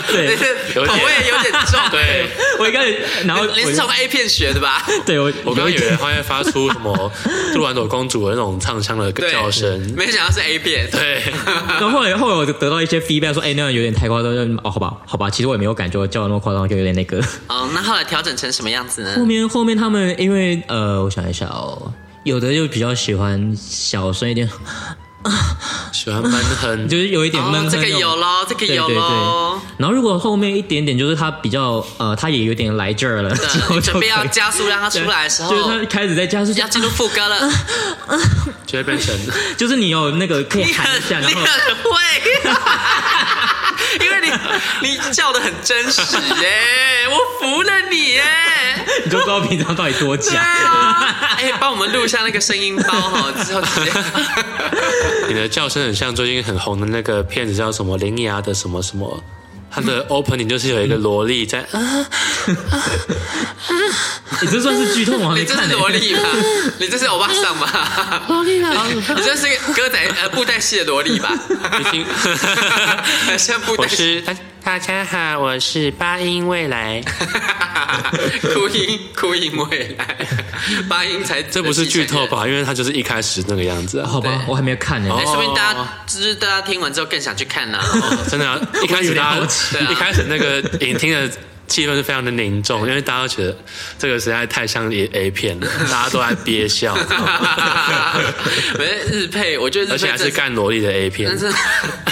Speaker 3: 对
Speaker 2: 口味有点重。
Speaker 1: 对，
Speaker 3: 我一开始，然后
Speaker 2: 你是
Speaker 3: 我
Speaker 2: 从 A 片学的吧？
Speaker 3: 对我
Speaker 1: *laughs* 我刚刚以
Speaker 3: 有一
Speaker 1: 为啊
Speaker 3: 点
Speaker 1: 他会发出什么杜兰朵公主的那种唱腔的
Speaker 2: 对，
Speaker 1: 叫声，
Speaker 2: 没想到是 A 片。
Speaker 1: 对， *laughs*
Speaker 3: 然后后来后来我就得到一些 feedback 说，哎，那样有点太夸张，就哦，好吧，好吧，其实我也没有感觉我叫的那么夸张，就有点那个。
Speaker 2: 哦，那后来调整成什么样子
Speaker 3: 后
Speaker 2: 呢？
Speaker 3: 面后面他们因为呃，我想一下哦，有的就比较喜欢小声一点， *laughs*
Speaker 1: 喜欢闷哼，
Speaker 3: 就是有一点闷
Speaker 2: 哦
Speaker 3: 哼，
Speaker 2: 这个有咯，这个
Speaker 3: 对
Speaker 2: 有
Speaker 3: 对
Speaker 2: 咯
Speaker 3: 对。，然后如果后面一点点，就是他比较呃，他也有点来劲儿了，之
Speaker 2: 对
Speaker 3: 后
Speaker 2: 你
Speaker 3: *laughs* 就
Speaker 2: 准备要
Speaker 3: 可以
Speaker 2: 加速让它出来的时候
Speaker 3: 就，是他开始在加速，
Speaker 2: 要进入副歌
Speaker 3: *laughs*
Speaker 2: 了。
Speaker 1: 就会变成
Speaker 3: 就是你有那个可以
Speaker 2: 你
Speaker 3: 喊
Speaker 2: 很
Speaker 3: 一下，然
Speaker 2: 你
Speaker 3: 后
Speaker 2: 很会，因为你你叫的很真实耶，我服了你耶。
Speaker 3: 你就知道平常到底多
Speaker 2: 对
Speaker 3: 假。
Speaker 2: 啊，哎，帮我们录下那个声音包哈，之后直接。
Speaker 1: 你的叫声很像最近很红的那个片子叫什么《铃芽的什么什么》，它的 opening 就是有一个萝莉在，啊
Speaker 3: 你这算是剧透吗？
Speaker 2: 你
Speaker 3: 没
Speaker 2: 这是
Speaker 3: 看
Speaker 2: 萝
Speaker 3: 欸
Speaker 1: *laughs*
Speaker 2: 莉吗？你这是欧巴桑吗？萝莉啊！ *laughs* 你这是个歌仔呃布袋戏的萝莉吧？
Speaker 1: 一
Speaker 2: *laughs*
Speaker 1: 听，
Speaker 2: 很像布
Speaker 1: 我
Speaker 2: 袋戏，
Speaker 1: 是大大家好，我是八音未来，
Speaker 2: 哭音哭音未来，八音才呃
Speaker 1: 这不是剧透？吧？因为它就是一开始那个样子啊，
Speaker 3: 好吧，
Speaker 2: 对
Speaker 3: 我还没有看呢。
Speaker 2: 哎，
Speaker 1: 哦
Speaker 2: 说明大家就是大家听完之后更想去
Speaker 1: *laughs*
Speaker 2: 看呐。
Speaker 1: 真的啊、一开
Speaker 3: 我有
Speaker 1: 始大
Speaker 3: 点好
Speaker 1: 家
Speaker 3: 奇
Speaker 2: 啊
Speaker 1: 一开始那个影厅的。气氛是非常的凝重，因为大家都觉得这个实在太像 A A 片了，大家都在憋笑，
Speaker 2: 反正日配，我觉得
Speaker 1: 而
Speaker 2: 日
Speaker 1: 且
Speaker 2: 配
Speaker 1: 还是
Speaker 2: 这
Speaker 1: 干萝莉的 A 片
Speaker 2: 但。是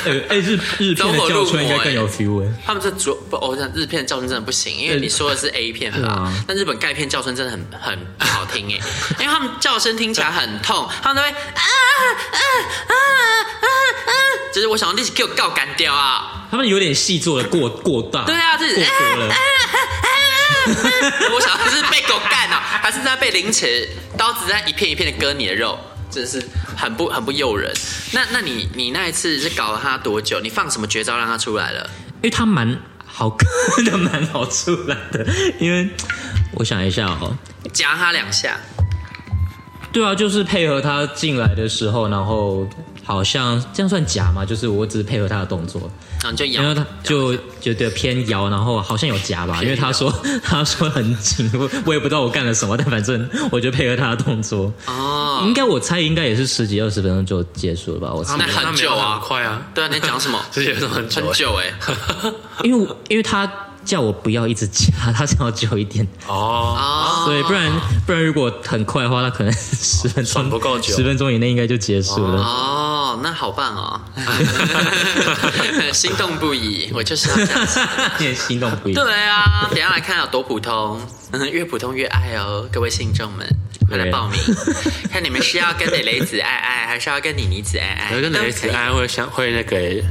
Speaker 3: 哎哎，日日片的叫春应该更有 feel 哎。
Speaker 2: 他们这主不，我想日片叫声真的不行，因为你说的是 A 片
Speaker 3: 对
Speaker 2: 吧
Speaker 3: 啊？
Speaker 2: 但日本钙片叫声真的很很不好听
Speaker 3: *laughs*
Speaker 2: 哎，因为他们叫声听起来很痛，他们都会啊啊啊啊啊，就是我想要立即给我告干掉啊！
Speaker 3: 他们有点戏做的过过大，
Speaker 2: 对啊，这是
Speaker 3: 过
Speaker 2: 啊
Speaker 3: 多了。
Speaker 2: *laughs* 我想要是被狗干了、还是在被凌迟，刀子在一片一片的割你的肉。真是很不很不诱人。那那你你那一次是搞了他多久？你放什么绝招让他出来了？
Speaker 3: 因为它蛮好 *laughs* 看的，蛮好出来的。因为我想一下哦，
Speaker 2: 夹他两下，
Speaker 3: 对啊，就是配合他进来的时候，然后好像这样算假吗？就是我只是配合他的动作，
Speaker 2: 然啊后你就咬
Speaker 3: 然后他就觉得偏摇，然后好像有夹吧，因为他说 *laughs* 他说很紧，我我也不知道我干了什么，但反正 *laughs* 我就配合他的动作。
Speaker 2: 哦。
Speaker 3: 应该我猜应该也是十几二十分钟就结束了吧？我猜
Speaker 1: 他没，有
Speaker 2: 那很久啊
Speaker 1: 他没有很快啊，？
Speaker 2: 对啊，你在讲什么
Speaker 1: *laughs* 这些都很久欸
Speaker 2: 很久哎、
Speaker 3: 因为我因为他叫我不要一直夹， *laughs* 他想要久一点。
Speaker 1: 哦，
Speaker 2: 哦，
Speaker 3: 对，不然不然如果很快的话，他可能十分钟
Speaker 1: 爽不够久
Speaker 3: 十分钟以内应该就结束了。
Speaker 2: 哦，那好棒哦， *laughs* 心动不已，我就是要这样。
Speaker 3: 你也心动不已。
Speaker 2: 对啊，等一下来看有多普通，嗯越普通越爱哦，各位信众们，快来报名，看你们是要跟磊磊子爱爱，还是要跟妮妮子爱爱？
Speaker 1: 有一个雷子
Speaker 2: 都可以，
Speaker 1: 安会相会那个欸，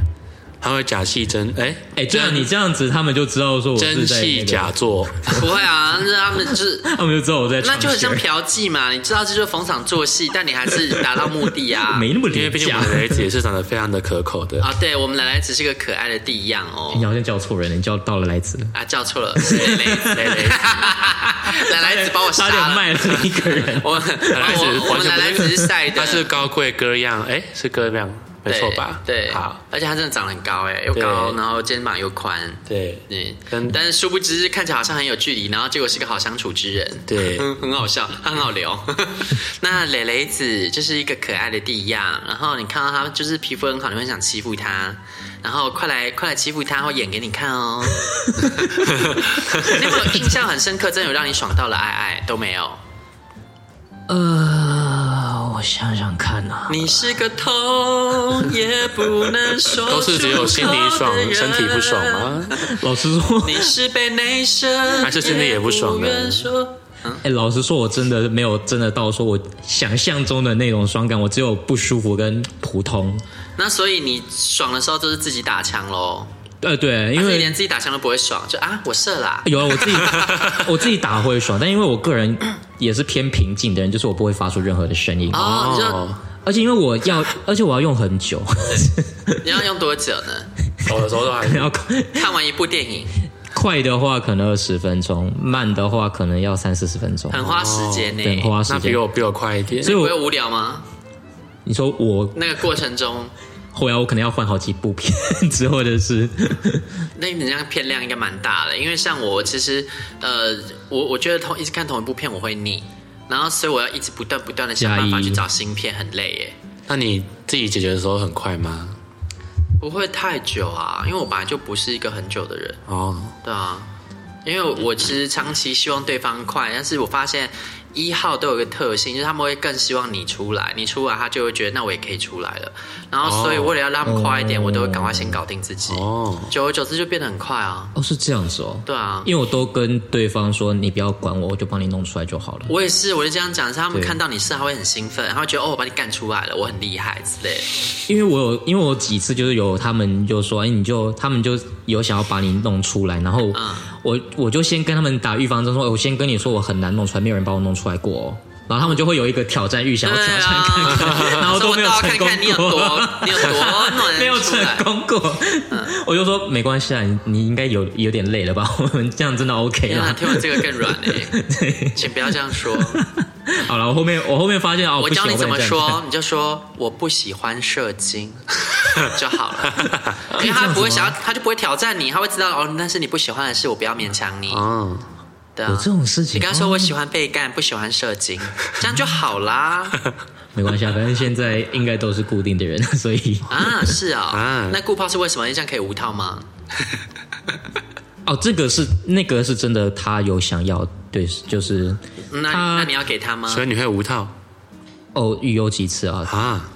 Speaker 1: 他会假戏真哎
Speaker 3: 哎，这样你这样子，他们就知道说我是
Speaker 1: 真
Speaker 3: 在
Speaker 1: 戏
Speaker 3: 那
Speaker 1: 假
Speaker 3: 个，
Speaker 1: 做，
Speaker 2: 不会啊，那他们
Speaker 1: *laughs*
Speaker 2: 就是。
Speaker 3: 他们就知道我在唱
Speaker 2: 那
Speaker 3: 戏。
Speaker 2: 就很像嫖妓嘛，你知道这就是逢场作戏，但你还是达到目的
Speaker 1: *laughs*
Speaker 2: 啊。
Speaker 3: 没那么
Speaker 1: 因为
Speaker 3: 廉
Speaker 1: 毕竟
Speaker 3: 价
Speaker 1: 我。们的雷子也是长得非常的可口的，
Speaker 2: 啊，对我们奶奶只是个可爱的地样哦。
Speaker 3: 你好像叫错人了，你叫到了来子了，
Speaker 2: 啊，叫错了，是蕾蕾子，蕾
Speaker 1: *laughs*
Speaker 2: 蕾子，奶奶子把我杀
Speaker 3: 差点
Speaker 2: 了。
Speaker 3: 卖了一个
Speaker 2: *laughs*
Speaker 3: 人。
Speaker 2: 我我
Speaker 1: 奶奶子
Speaker 2: 我我
Speaker 1: 完
Speaker 2: 们奶
Speaker 1: 全
Speaker 2: 奶
Speaker 1: 不
Speaker 2: 子是晒的，
Speaker 1: 他是高贵歌样，哎，是歌样，没错吧？
Speaker 2: 对，对
Speaker 1: 好，，
Speaker 2: 而且他真的长得很高哎，又
Speaker 1: 对
Speaker 2: 高，然后肩膀又宽，
Speaker 1: 对
Speaker 2: 对
Speaker 1: 跟，
Speaker 2: 但是殊不知看起来好像很有距离，然后结果是个好相处之人，
Speaker 1: 对
Speaker 2: 很 *laughs* 很好笑，他很好聊。 *laughs* 那蕾蕾子就是一个可爱的地样，然后你看到他就是皮肤很好，你会想欺负他，然后快来快来欺负他，我演给你看哦。你有没有印象很深刻，真的有让你爽到了爱爱都没有？
Speaker 3: 呃，我想想看啊，
Speaker 2: 你是个痛也不能说
Speaker 1: *laughs* 都是只有心里爽
Speaker 2: 出口的，人
Speaker 1: 身体不爽？吗？
Speaker 3: 老实说，
Speaker 2: 你是被内伤，
Speaker 1: 还是心里也不爽的
Speaker 2: 也愿说
Speaker 3: 哎、老实说，我真的没有真的到说我想象中的那种爽感，我只有不舒服跟普通。
Speaker 2: 那所以你爽的时候都是自己打枪喽，
Speaker 3: 呃，对，
Speaker 2: 还
Speaker 3: 因
Speaker 2: 是你
Speaker 3: 为
Speaker 2: 连自己打枪都不会爽，就啊我射啦、
Speaker 3: 有啊，我自 *laughs* 己我自己打会爽，但因为我个人也是偏平静的人，就是我不会发出任何的声音，
Speaker 2: 哦，你
Speaker 1: 哦
Speaker 2: 就
Speaker 3: 而且因为我要，而且我要用很久， *laughs*
Speaker 2: 你要用多久呢？
Speaker 1: 走的时候都
Speaker 3: *laughs*
Speaker 1: 还
Speaker 3: 然后
Speaker 2: 看完一部电影
Speaker 3: 快的话可能二十分钟，慢的话可能要三四十分钟，
Speaker 2: 很花时间呢、
Speaker 3: 对，哦很花时
Speaker 1: 那
Speaker 3: 间
Speaker 1: 比。我比我快一点
Speaker 3: 所。以
Speaker 2: 不
Speaker 3: 我
Speaker 2: 会无聊吗？
Speaker 3: 你说我
Speaker 2: 那个过程中，
Speaker 3: 后来我可能要换好几部片子，或者是
Speaker 2: 那你这样片量应该蛮大的，因为像我其实，呃，我我觉得同一直看同一部片我会腻，然后所以我要一直不断不断的想办法
Speaker 3: 加一
Speaker 2: 去找新片，很累耶。
Speaker 1: 那你自己解决的时候很快吗？
Speaker 2: 不会太久啊，因为我本来就不是一个很久的人，
Speaker 1: 哦，
Speaker 2: 对啊，因为我其实长期希望对方快，但是我发现一号都有一个特性，就是他们会更希望你出来，你出来他就会觉得那我也可以出来了，然后所以为了要让他们快一点，
Speaker 3: 哦
Speaker 2: 我都会赶快先搞定自己，
Speaker 1: 哦
Speaker 2: 久而久之就变得很快啊，
Speaker 3: *laughs* 哦是这样子哦，
Speaker 2: 对啊。
Speaker 3: 因为我都跟对方说你不要管我，我就帮你弄出来就好了。
Speaker 2: 我也是，我就这样讲，是他们
Speaker 3: 对
Speaker 2: 看到你是，他会很兴奋，他会觉得哦，我把你干出来了，我很厉害之类的。
Speaker 3: 因为我有，因为我几次就是有他们就说，哎，你就他们就有想要把你弄出来，然后
Speaker 2: 嗯
Speaker 3: 我我就先跟他们打预防针，说，哎我先跟你说我很难弄出来，没有人帮我弄出来过、哦。然后他们就会有一个挑战欲，想要挑
Speaker 2: 对
Speaker 3: 战
Speaker 2: 啊
Speaker 3: 看看，
Speaker 2: *laughs*
Speaker 3: 然后都没有
Speaker 2: 说我倒要
Speaker 3: 成
Speaker 2: 看
Speaker 3: 功
Speaker 2: 看你有
Speaker 3: 过，
Speaker 2: 多，你有
Speaker 3: *laughs*
Speaker 2: 多暖，
Speaker 3: 没有成功过。
Speaker 2: 嗯
Speaker 3: 我就说没关系啊，你你应该有有点累了吧？ *laughs* 我们这样真的 OK
Speaker 2: 天啊，
Speaker 3: 啦。
Speaker 2: 听完这个更软
Speaker 3: *laughs*
Speaker 2: 嘞、请不要这样说。
Speaker 3: 好了，我后面我后面发现哦，
Speaker 2: 我
Speaker 3: 不行
Speaker 2: 教你怎么
Speaker 3: 不能这样
Speaker 2: 说，你就说我不喜欢射
Speaker 3: *laughs*
Speaker 2: 精就好了，因为他不会想要，他就不会挑战你，他会知道哦，那是你不喜欢的事，我不要勉强你。
Speaker 1: 哦，
Speaker 2: 对
Speaker 3: 有
Speaker 2: 啊
Speaker 3: 这，种事
Speaker 2: 你
Speaker 3: 情，
Speaker 2: 刚刚说我
Speaker 3: 哦
Speaker 2: 喜欢被干，不喜欢射精，这样就好
Speaker 3: *laughs*
Speaker 2: 啦。
Speaker 3: 没关系啊，反正现在应该都是固定的人，所以
Speaker 2: 啊，是啊
Speaker 1: 啊，
Speaker 2: 那顾炮是为什么这样可以无套吗？
Speaker 3: 哦，这个是那个是真的，他有想要对，就是
Speaker 2: 嗯那
Speaker 3: 他
Speaker 2: 那你要给他
Speaker 3: 啊
Speaker 2: 吗
Speaker 1: 所？以你会无套
Speaker 3: 哦，遇有几次啊，
Speaker 1: 啊？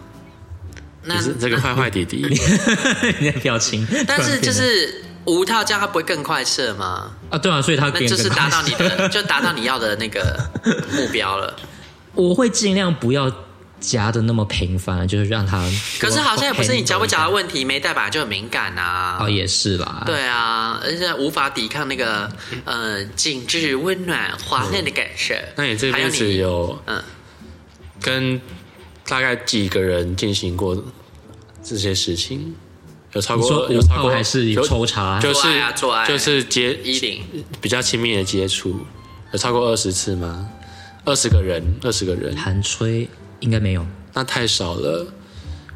Speaker 2: 那
Speaker 3: 嗯
Speaker 1: 你是这个坏坏
Speaker 3: *laughs*
Speaker 1: 弟弟，
Speaker 3: 你的表情突然变得，
Speaker 2: 但是就是无套，这样他不会更快射吗？
Speaker 3: 啊，对啊，所以他
Speaker 2: 那
Speaker 3: 给你
Speaker 2: 就是
Speaker 3: 个
Speaker 2: 达
Speaker 3: 快
Speaker 2: 到你的，就达到你要的那个目标了。
Speaker 3: *laughs* 我会尽量不要夹的那么频繁，啊就是让他。
Speaker 2: 可是好像也不是你夹不夹的
Speaker 3: 到
Speaker 2: 问题，没带把就很敏感啊。
Speaker 3: 哦，也是啦，，
Speaker 2: 对啊，而且无法抵抗那个呃紧致、温暖、滑嫩的感受。
Speaker 1: 嗯那你这
Speaker 2: 还有
Speaker 1: 辈子
Speaker 2: 你
Speaker 1: 有
Speaker 2: 嗯
Speaker 1: 跟大概几个人进行过这些事情？有超
Speaker 3: 你
Speaker 1: 过
Speaker 3: 说
Speaker 1: 有
Speaker 3: 无
Speaker 1: 超
Speaker 3: 套
Speaker 1: 过
Speaker 3: 还是有抽查？
Speaker 1: 就
Speaker 2: 做
Speaker 1: 是
Speaker 2: 爱啊做爱
Speaker 1: 就是接
Speaker 2: 衣领
Speaker 1: 比较亲密的接触，有超过二十次吗？二十个人，二十个人，
Speaker 3: 弹吹应该没有，
Speaker 1: 那太少了。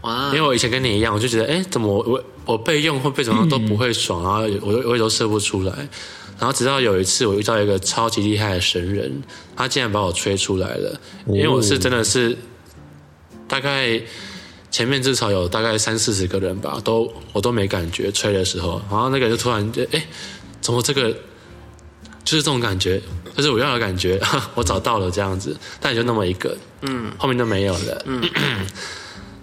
Speaker 2: 哇
Speaker 1: 因为我以前跟你一样，我就觉得，哎，怎么我我我被用或被怎么样都不会爽，然后我我我也都射不出来。然后直到有一次，我遇到一个超级厉害的神人，他竟然把我吹出来了。因为我是真的是大概前面至少有大概三四十个人吧，都我都没感觉吹的时候，然后那个人就突然就哎，怎么这个就是这种感觉，就是我要的感觉， *laughs* 我找到了这样子，但也就那么一个，嗯，后面都没有了，嗯， *coughs*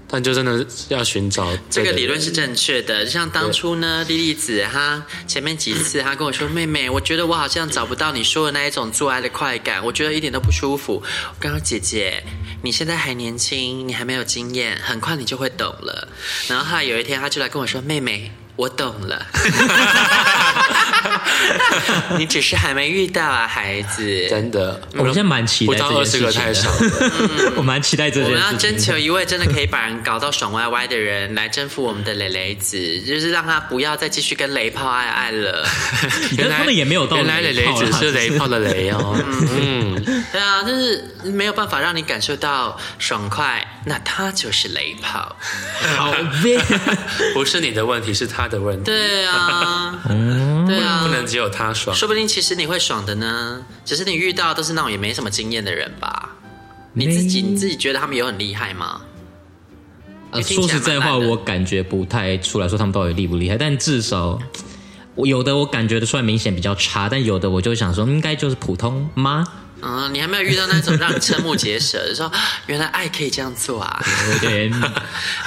Speaker 1: 但就真的要寻找
Speaker 2: 这个
Speaker 1: 对的
Speaker 2: 理论
Speaker 1: 人
Speaker 2: 是正确的，就像当初呢，莉莉子她前面几次她跟我说：“妹妹，我觉得我好像找不到你说的那一种做爱的快感，我觉得一点都不舒服。”我跟她说：“姐姐，你现在还年轻，你还没有经验，很快你就会懂了。”然后后来有一天，她就来跟我说：“妹妹，我懂
Speaker 1: *laughs*
Speaker 2: 了。” *laughs* 你只是还没遇到啊，孩子。
Speaker 1: 真的，
Speaker 3: 哦我现在蛮期
Speaker 1: 不
Speaker 3: 待
Speaker 1: 到
Speaker 3: 这
Speaker 1: 二十
Speaker 3: 件
Speaker 1: 个
Speaker 3: 事情
Speaker 1: 太少
Speaker 3: 的， *laughs*
Speaker 1: 了，
Speaker 3: 我蛮期待这
Speaker 2: 我
Speaker 3: 件
Speaker 2: 们要
Speaker 3: 事情
Speaker 2: 征求一位真的可以把人搞到爽歪歪的人来征服我们的蕾蕾子，就是让他不要再继续跟雷炮爱
Speaker 3: *laughs*
Speaker 2: 爱了。
Speaker 3: 你看他们也没有到
Speaker 1: 原来
Speaker 3: 雷
Speaker 1: 雷
Speaker 3: 炮啦 *laughs*
Speaker 1: 只是雷炮的雷哦，嗯，
Speaker 2: 对对啊，但是没有办法让你感受到爽快，那它就是雷炮。
Speaker 3: 好呗，
Speaker 1: 不是你的问题，是他的问题，
Speaker 2: 对啊，
Speaker 3: 嗯
Speaker 2: 对啊，
Speaker 1: 不能只有他爽。
Speaker 2: 说不定其实你会爽的呢，只是你遇到都是那种也没什么经验的人吧？你自己
Speaker 3: 没
Speaker 2: 你自己觉得他们有很厉害吗？
Speaker 3: 呃
Speaker 2: 也听
Speaker 3: 说
Speaker 2: 起来
Speaker 3: 实在话，
Speaker 2: 蛮烂的
Speaker 3: 我感觉不太出来说他们到底厉不厉害，但至少我有的我感觉得出来明显比较差，但有的我就想说应该就是普通吗？
Speaker 2: 嗯，你还没有遇到那种让你瞠目结舌，就说啊原来爱可以这样做啊！
Speaker 3: 有
Speaker 2: *laughs*
Speaker 3: 点，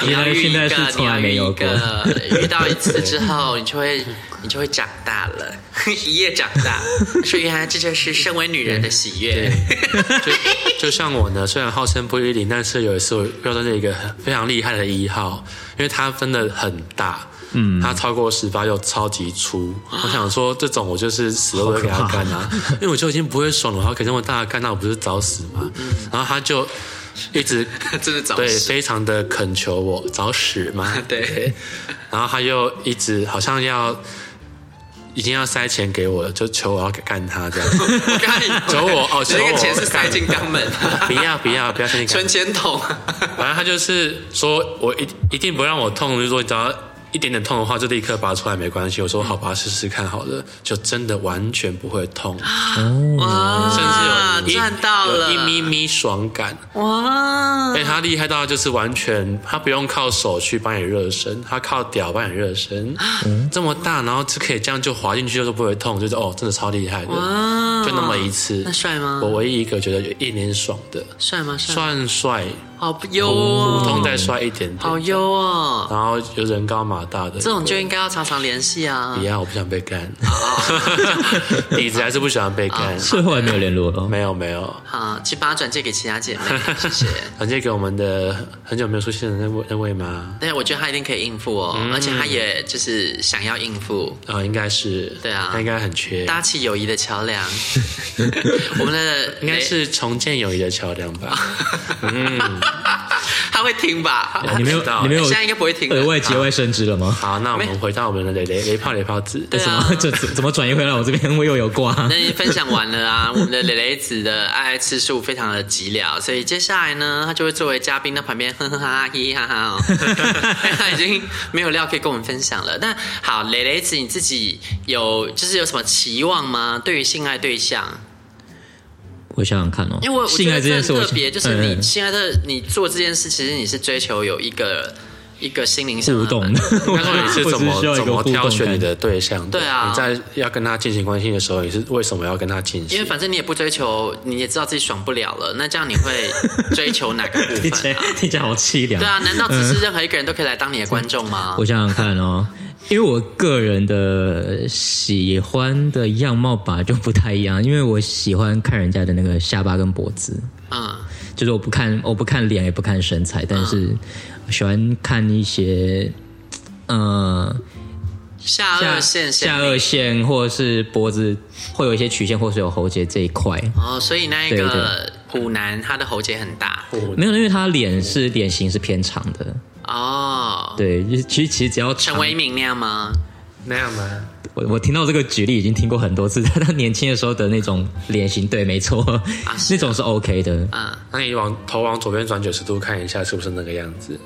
Speaker 2: 你要
Speaker 3: 原来
Speaker 2: 遇
Speaker 3: 现
Speaker 2: 一
Speaker 3: 在
Speaker 2: 个
Speaker 3: 是，
Speaker 2: 你
Speaker 3: 从
Speaker 2: 要
Speaker 3: 来
Speaker 2: 遇
Speaker 3: 没有
Speaker 2: 一
Speaker 3: 过。
Speaker 2: 个，遇到一次之后，你就会你就会长大了， *laughs* 一夜长大。所以原来这就是身为女人的喜悦。
Speaker 1: 就像我呢，虽然号称不一零，但是有一次我遇到了一个非常厉害的一号，因为它真的很大，嗯，它超过十八又超级粗。我想说，这种我就是死都不会给他干啊，因为我就已经不会爽了，他给这么大的干，那我不是找死吗？然后他就
Speaker 2: *laughs*
Speaker 1: 一直
Speaker 2: 真嗯的找
Speaker 1: 对，
Speaker 2: 死
Speaker 1: 非常的恳求我找死嘛，
Speaker 2: *laughs* 对，
Speaker 1: 然后他又一直好像要已经要塞钱给我了，就求我要干他这样。
Speaker 2: *laughs* 我刚才
Speaker 1: 求我哦
Speaker 2: 你 *laughs* 那
Speaker 1: 求
Speaker 2: 个
Speaker 1: 我
Speaker 2: 钱是塞进肛门，
Speaker 1: 不要不要不要先干
Speaker 2: 存，钱筒。啊
Speaker 1: *laughs* 反正他就是说我一一定不让我痛，如果只要一点点痛的话，就立刻拔出来没关系。我说好吧，试试看好了，就真的完全不会痛，
Speaker 2: 啊哇，
Speaker 1: 甚至有一
Speaker 2: 赚到了
Speaker 1: 有一咪咪爽感。
Speaker 2: 哇！
Speaker 1: 而且他厉害到就是完全他不用靠手去帮你热身，他靠屌帮你热身，
Speaker 2: 嗯
Speaker 1: 这么大，然后就可以这样就滑进去，就是不会痛，就是哦，真的超厉害的，
Speaker 2: 哇
Speaker 1: 就那么一次。
Speaker 2: 那帅吗
Speaker 1: 我唯一一个觉得有一脸爽的，
Speaker 2: 帅吗？帅吗，
Speaker 1: 算帅，
Speaker 2: 好优
Speaker 1: 普通
Speaker 2: 哦，
Speaker 1: 再帅一点点，
Speaker 2: 好优哦，
Speaker 1: 然后有人高马大的，
Speaker 2: 这种就应该要常常联系啊
Speaker 1: 一。样，我不想
Speaker 2: *laughs*
Speaker 1: 被干， *laughs*
Speaker 2: 哦
Speaker 1: 底子还是不喜欢被干，
Speaker 3: 是后来没有联络了，
Speaker 1: 没有没有。
Speaker 2: 好，去把它转借给其他姐妹，谢谢。
Speaker 1: 反正给我们的很久没有出现的那位那位吗？
Speaker 2: 对，我觉得他一定可以应付哦，而且他也就是想要应付，
Speaker 1: 啊、应该是，
Speaker 2: 对啊
Speaker 1: 他应该很缺，
Speaker 2: 搭起友谊的桥梁。我们的
Speaker 1: 应该是重建友谊的桥梁吧？
Speaker 2: 他会听吧？
Speaker 3: 你没有
Speaker 1: 不知道
Speaker 3: 你没有
Speaker 2: 现在应该不会听的
Speaker 3: 额外节外生枝了吗？
Speaker 1: 好，那我们回到我们的雷雷雷炮雷炮子，
Speaker 2: 对
Speaker 3: 怎
Speaker 2: 啊
Speaker 3: 么 *laughs* 这怎么转移回来？我这边我又有挂。
Speaker 2: *laughs* 那已经分享完了啊，我们的蕾蕾子的爱次数非常的寂寥，所以接下来呢，他就会作为嘉宾在旁边哼哼哈哈嘻嘻哈哈哦，因为他已经没有料可以跟我们分享了。但好，蕾蕾子你自己有就是有什么期望吗？对于性爱对象，
Speaker 3: 我想想看哦，
Speaker 2: 因为我我
Speaker 3: 性
Speaker 2: 觉
Speaker 3: 爱
Speaker 2: 得
Speaker 3: 这
Speaker 2: 这
Speaker 3: 件
Speaker 2: 很
Speaker 3: 事我
Speaker 2: 特
Speaker 3: 想，
Speaker 2: 别，就是你
Speaker 3: 嗯
Speaker 2: 性爱的你做这件事，其实你是追求有一个一个心灵上的
Speaker 3: 互动
Speaker 2: *laughs*
Speaker 3: 的，
Speaker 1: 应该说你是怎
Speaker 3: *laughs* 我只需要
Speaker 1: 么
Speaker 3: 一个
Speaker 1: 怎么
Speaker 3: 互动
Speaker 1: 挑选
Speaker 3: 感
Speaker 1: 你的对象的？
Speaker 2: 对啊
Speaker 1: 你在要跟他进行关系的时候，你是为什么要跟他进
Speaker 2: 因为
Speaker 1: 行？
Speaker 2: 反正你也不追求，你也知道自己爽不了了，那这样你
Speaker 3: *laughs*
Speaker 2: 会追求哪个部
Speaker 3: 听 *laughs* 起
Speaker 2: 分
Speaker 3: 来？听起来好凄凉。
Speaker 2: 对啊，难道只是任何一个人都可以来当你的观众吗？
Speaker 3: 嗯我想想
Speaker 2: *laughs*
Speaker 3: 看哦，因为我个人的喜欢的样貌本来就不太一样，因为我喜欢看人家的那个下巴跟脖子，
Speaker 2: 嗯，
Speaker 3: 就是我不看我不看脸也不看身材，但是我喜欢看一些，呃，
Speaker 2: 下颚线
Speaker 3: 下
Speaker 2: 线
Speaker 3: 颚线或者是脖子会有一些曲线，或是有喉结这一块。
Speaker 2: 哦，所以那一
Speaker 3: 对
Speaker 2: 个
Speaker 3: 对
Speaker 2: 虎男他的喉结很大
Speaker 1: 哦
Speaker 3: 没有，因为他脸是脸型是偏长的，
Speaker 2: 哦，
Speaker 3: 对，就是其实其实只要
Speaker 2: 陈
Speaker 3: 长
Speaker 2: 为民那样吗？
Speaker 1: 那样吗？
Speaker 3: 我我听到这个举例已经听过很多次， *laughs* 但他年轻的时候的那种脸型，对，没错，
Speaker 2: 是啊
Speaker 3: *laughs* 那种是 OK 的。
Speaker 2: 嗯，
Speaker 1: 那你往头往左边转九十度看一下，是不是那个样子？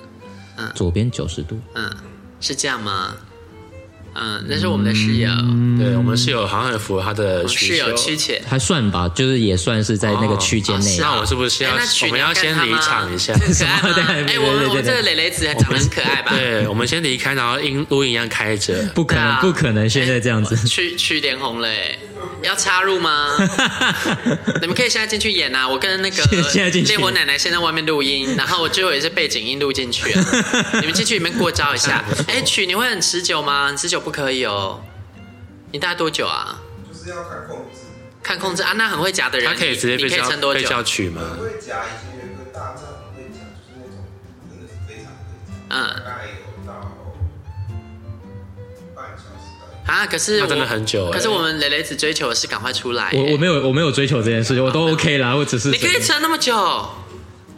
Speaker 3: 左边九十度，
Speaker 2: 嗯，是这样吗？嗯，那是我们的室友，
Speaker 3: 嗯
Speaker 1: 对我们室友好像很符合他的
Speaker 2: 我们
Speaker 1: 需
Speaker 2: 室友
Speaker 1: 求。
Speaker 2: 曲姐。
Speaker 3: 还算吧，就是也算是在那个区间
Speaker 2: 哦
Speaker 3: 内。
Speaker 2: 是啊
Speaker 1: 那我是不是要
Speaker 2: 哎那曲
Speaker 1: 我们要
Speaker 2: 你
Speaker 1: 先
Speaker 2: 看他
Speaker 1: 离
Speaker 2: 吗
Speaker 1: 场
Speaker 3: *laughs*
Speaker 1: 一下
Speaker 2: 很可爱吗？
Speaker 3: 对
Speaker 2: 哎，
Speaker 3: 对
Speaker 2: 我们
Speaker 3: 对
Speaker 2: 我们
Speaker 3: 对
Speaker 2: 这个蕾蕾子还长得很可爱吧？
Speaker 1: 对，我们先离开，然后音录音一样开着。
Speaker 3: 不可
Speaker 2: 对
Speaker 3: 能，
Speaker 2: 啊
Speaker 3: 不可能，现在这样子。
Speaker 2: 去去脸红了哎，要插入吗？
Speaker 3: *laughs*
Speaker 2: 你们可以现在进去演啊！我跟那个
Speaker 3: 现在进去
Speaker 2: 烈火奶奶现在外面录音，然后我最后也是背景音录进去
Speaker 3: *laughs*
Speaker 2: 啊。你们进去里面过招一下。哎，曲你会很持久吗？你持久不可以哦。你大概多久啊？
Speaker 4: 就是要看控制，
Speaker 2: 看控制啊，那很会夹的人，
Speaker 1: 他可以直接
Speaker 2: 你你
Speaker 1: 被
Speaker 2: 可以撑
Speaker 1: 叫
Speaker 2: 多
Speaker 1: 被
Speaker 2: 久
Speaker 1: 叫？取吗
Speaker 4: 不？会夹。以前有一个大战不会夹，就是那种真的是非常会夹，
Speaker 2: 嗯
Speaker 4: 大概有到半小时到一
Speaker 2: 啊，可是
Speaker 1: 他
Speaker 2: 我
Speaker 1: 真的很久哎
Speaker 2: 可是我们蕾蕾子追求的是赶快出来哎。
Speaker 3: *laughs*
Speaker 2: 哦
Speaker 3: 我我没有我没有追求这件事情，我都 OK 啦，我只是
Speaker 2: 你可以撑那么久，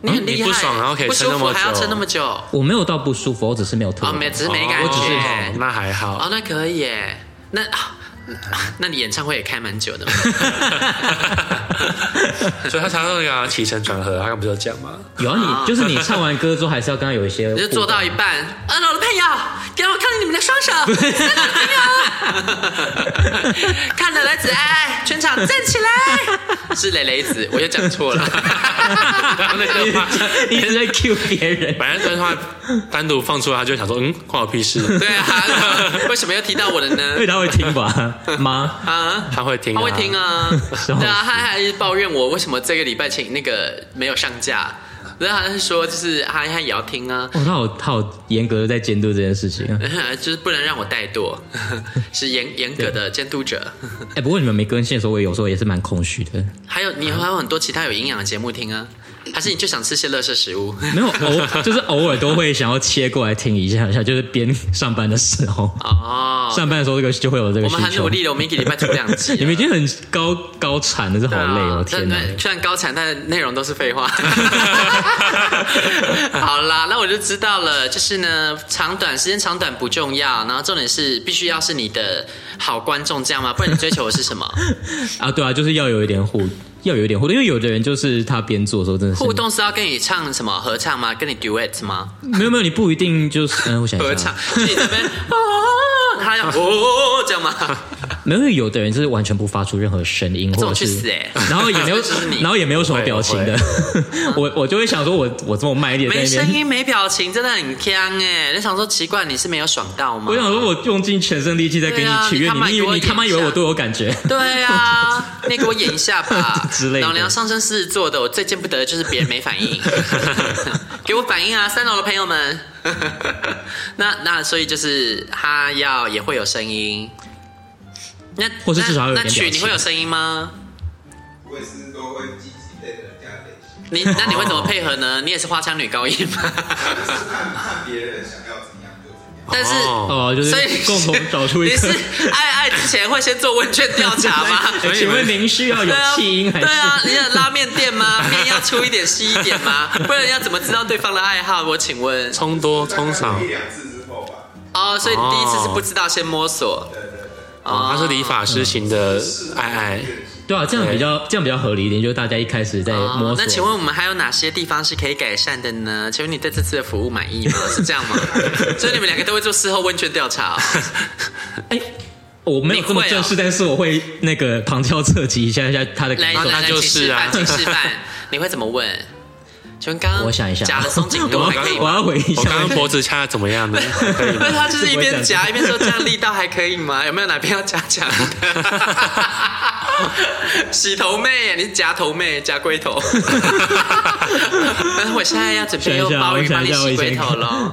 Speaker 2: 你很
Speaker 1: 嗯
Speaker 2: 厉害。
Speaker 1: 你不爽然后可以
Speaker 2: 不
Speaker 1: 撑
Speaker 2: 舒
Speaker 1: 那
Speaker 2: 服
Speaker 1: 么久哦
Speaker 2: 还要撑那么久
Speaker 3: 我没有到不舒服，我只是没有特
Speaker 2: 啊？
Speaker 3: 别
Speaker 2: 没，只是没感觉。
Speaker 1: 哦我只是那还好
Speaker 2: 哦，。那可以耶。那啊那你演唱会也开蛮
Speaker 1: *laughs*
Speaker 2: 久的嘛，
Speaker 1: 所以他常常那个啊起承转合，他刚不是有讲
Speaker 2: *laughs*
Speaker 1: 吗？
Speaker 3: 有啊，你就是你唱完歌之后，还是要跟他有一些
Speaker 2: 你就做到一
Speaker 3: 互
Speaker 2: 半，二楼的朋友，给我看你们的双
Speaker 1: *laughs*
Speaker 2: 手，三楼的朋友，看了来自爱，全场站起来，是蕾蕾子，我又讲错了，
Speaker 1: 那个话，
Speaker 3: 动 *laughs* 你一直在 cue 别人。
Speaker 1: 反正这话单独放出来，他就会想说，嗯，关我屁事。
Speaker 2: *laughs* 对啊， *laughs* 为什么要提到我的
Speaker 3: 因 *laughs* 为
Speaker 2: 呢？
Speaker 3: 他会听吧？
Speaker 2: *laughs*
Speaker 3: 妈，
Speaker 2: 啊，
Speaker 1: 他会听、
Speaker 2: 他
Speaker 1: 啊，
Speaker 2: 会听。
Speaker 3: *laughs*
Speaker 2: 啊，
Speaker 3: 么
Speaker 2: 对啊，他还抱怨我为什么这个礼拜请那个没有上架，然后他是说就是他他也要听啊， *laughs*
Speaker 3: 哦，他好他好严格的在监督这件事情啊。
Speaker 2: 就是不能让我怠惰， *laughs* 是
Speaker 3: *laughs*
Speaker 2: 严严格的监督者。
Speaker 3: 哎，不过你们没更新的时候，我有时候也是蛮空虚的。
Speaker 2: 还有你还有很多其他有营养的节目听啊，还是你就想吃些垃圾食物？
Speaker 3: *laughs* 没有偶，就是偶尔都会想要切过来听一下下，就是边上班的时候，
Speaker 2: *laughs* 哦，
Speaker 3: 上班的时候这个就会有这个
Speaker 2: 我
Speaker 3: 需
Speaker 2: 们很
Speaker 3: 求
Speaker 2: 努。力了，我们一个礼拜出两集啊了。
Speaker 3: *laughs* 你们已经很高高产了，这好
Speaker 2: 对啊
Speaker 3: 累哦！
Speaker 2: 但
Speaker 3: 天哪，
Speaker 2: 但虽然高产，但内容都是废
Speaker 3: *laughs*
Speaker 2: 话。 *laughs* 好啦，那我就知道了。就是呢，长短时间长短不重要，然后重点是必须要是你的好观众，这样吗？不然你追求的是什
Speaker 3: *laughs*
Speaker 2: 么？
Speaker 3: 啊，对啊，就是要有一点互，要有一点互动，因为有的人就是他边做的时候真的是
Speaker 2: 互，动是要跟你唱什么合唱吗？跟你 duet 吗？
Speaker 3: 没有没有，你不一定就是，嗯，我想
Speaker 2: 合
Speaker 3: 一
Speaker 2: 唱
Speaker 3: 下，，
Speaker 2: 就你这边 *laughs* 哦，他要哦这样
Speaker 3: *laughs*
Speaker 2: 吗？
Speaker 3: 没有，因为有的人就是完全不发出任何声音，
Speaker 2: 这
Speaker 3: 或
Speaker 2: 种
Speaker 3: 者
Speaker 2: 去死
Speaker 3: 是
Speaker 2: 欸，
Speaker 3: 然后也没有
Speaker 2: *laughs* 这就是你，
Speaker 3: 然后也没有什么表情的， *laughs* 我我就会想说我，我这么卖力的在
Speaker 2: 没
Speaker 3: 那
Speaker 2: 声
Speaker 3: 边。
Speaker 2: 音没表情，真的很呛哎！就想说奇怪，你是没有爽到吗？
Speaker 3: 我想说，我用尽全身力气在给你
Speaker 2: 啊对啊
Speaker 3: 取悦
Speaker 2: 你他妈
Speaker 3: 你，你以
Speaker 2: 给我
Speaker 3: 为你他妈以
Speaker 2: 演一
Speaker 3: 为
Speaker 2: 下
Speaker 3: 我对我有感觉？
Speaker 2: 对
Speaker 3: *laughs*
Speaker 2: 啊，那给我演一下吧
Speaker 3: 之类的
Speaker 2: 老娘上身狮子座的，我最见不得的就是别人没反
Speaker 3: *laughs*
Speaker 2: 应，给我反应啊！三楼的朋友们， *laughs* 那那所以就是他要也会有声音，那
Speaker 3: 或是至少要有
Speaker 2: 那
Speaker 3: 点
Speaker 2: 那曲
Speaker 3: 表
Speaker 2: 你
Speaker 3: 情
Speaker 2: 会有声音吗？
Speaker 4: 我也是都会积极配合人家的类型，
Speaker 2: *laughs* 你那你会怎么配合
Speaker 3: *laughs* 哦
Speaker 2: 呢？你也是花腔女高音吗？
Speaker 4: 就是看看别人想要怎样就怎样。
Speaker 2: 但是。
Speaker 1: 哦，
Speaker 3: 哦，就是
Speaker 2: 所以
Speaker 3: 共同找出一
Speaker 2: 你
Speaker 3: 个。
Speaker 2: 是
Speaker 3: *laughs*
Speaker 2: 爱爱之前会先做问卷调查吗？
Speaker 3: 哎请问您需要有
Speaker 2: 对啊，
Speaker 3: 气音还是？
Speaker 2: 对啊，你想拉面店吗？面要粗一点、细一点
Speaker 3: *laughs*
Speaker 2: 吗？不然要怎么知道对方的爱好？我请问
Speaker 1: 冲多冲少
Speaker 4: 大概一。两次之后吧，
Speaker 2: 哦，所以你第一次是不知道，先摸索。
Speaker 4: 对对对，
Speaker 1: 哦，他是理发师型的爱爱，
Speaker 3: 对啊，这样比较这样比较合理一点，就是大家一开始在摸
Speaker 2: 哦
Speaker 3: 索。
Speaker 2: 那请问我们还有哪些地方是可以改善的呢？请问你对这次的服务满意
Speaker 3: *laughs*
Speaker 2: 吗？是这样吗？所以你们两个都会做事后问卷调查哦、
Speaker 3: 哎，我没有这么
Speaker 2: 你会哦
Speaker 3: 正式，但是我会那个旁敲侧击一下一下他的
Speaker 2: 来，来
Speaker 3: 感受。
Speaker 2: 来，
Speaker 1: 那就
Speaker 2: 请示
Speaker 1: 是啊
Speaker 2: 范，请示范，你会怎么问？请问刚刚
Speaker 3: 我想一下，
Speaker 2: 夹了松
Speaker 3: *laughs*
Speaker 2: 紧度
Speaker 3: 我
Speaker 2: 还
Speaker 3: 要
Speaker 2: 可以
Speaker 3: 我
Speaker 2: 吗？
Speaker 3: 要回一
Speaker 1: 我刚
Speaker 3: 下
Speaker 1: 刚。脖子掐的怎么样呢？
Speaker 2: *laughs*
Speaker 1: 可以
Speaker 2: 那
Speaker 1: 吗？
Speaker 2: 他就是一边夹一边说这样力道还可以吗？有没有哪边要加强的？洗头妹耶，你是夹头妹，夹龟头。但是我现在要准备用鲍鱼帮你洗龟头喽。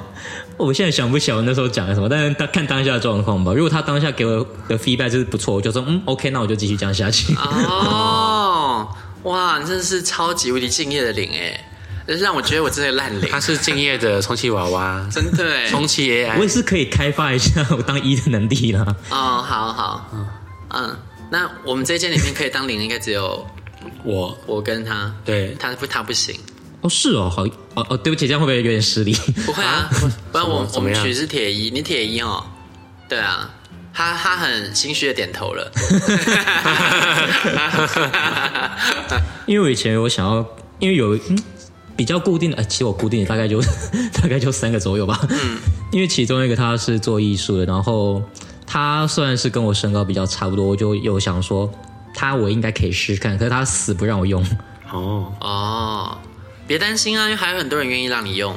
Speaker 3: 我现在想不起来我那时候讲了什么，但是他看当下的状况吧。如果他当下给我的 feedback 就是不错，我就说嗯 OK，那我就继续这样下去。
Speaker 2: 哦，哇，你真的是超级无敌敬业的领哎，就是让我觉得我真的烂领
Speaker 1: 他，是敬业的充气娃娃，
Speaker 2: 真的哎。
Speaker 1: 充气
Speaker 3: 我也
Speaker 1: AI。
Speaker 3: 是可以开发一下我当一的能力啦。
Speaker 2: 哦，好好，嗯，那我们这间里面可以当领的应该只有
Speaker 1: 我
Speaker 2: *laughs* 我跟他，
Speaker 1: 对
Speaker 2: 他不他不行。
Speaker 3: 哦，是哦，好哦哦，对不起，这样会不会有点失礼？ *laughs*
Speaker 2: 不会啊，不然我我
Speaker 1: 怎么怎么
Speaker 2: 们
Speaker 1: 样
Speaker 2: 曲是铁一，你铁一哦，对啊，他他很心虚的点头了。
Speaker 3: 因为我以前我想要，因为有、嗯、比较固定的，哎，其实我固定的大概就 *laughs* 大概就三个左右吧。嗯， *laughs* 因为其中一个他是做艺术的，然后他虽然是跟我身高比较差不多，我就有想说他我应该可以试试看，可是他死不让我用。
Speaker 1: 哦，
Speaker 2: 哦，别担心啊，因为还有很多人愿意让你用。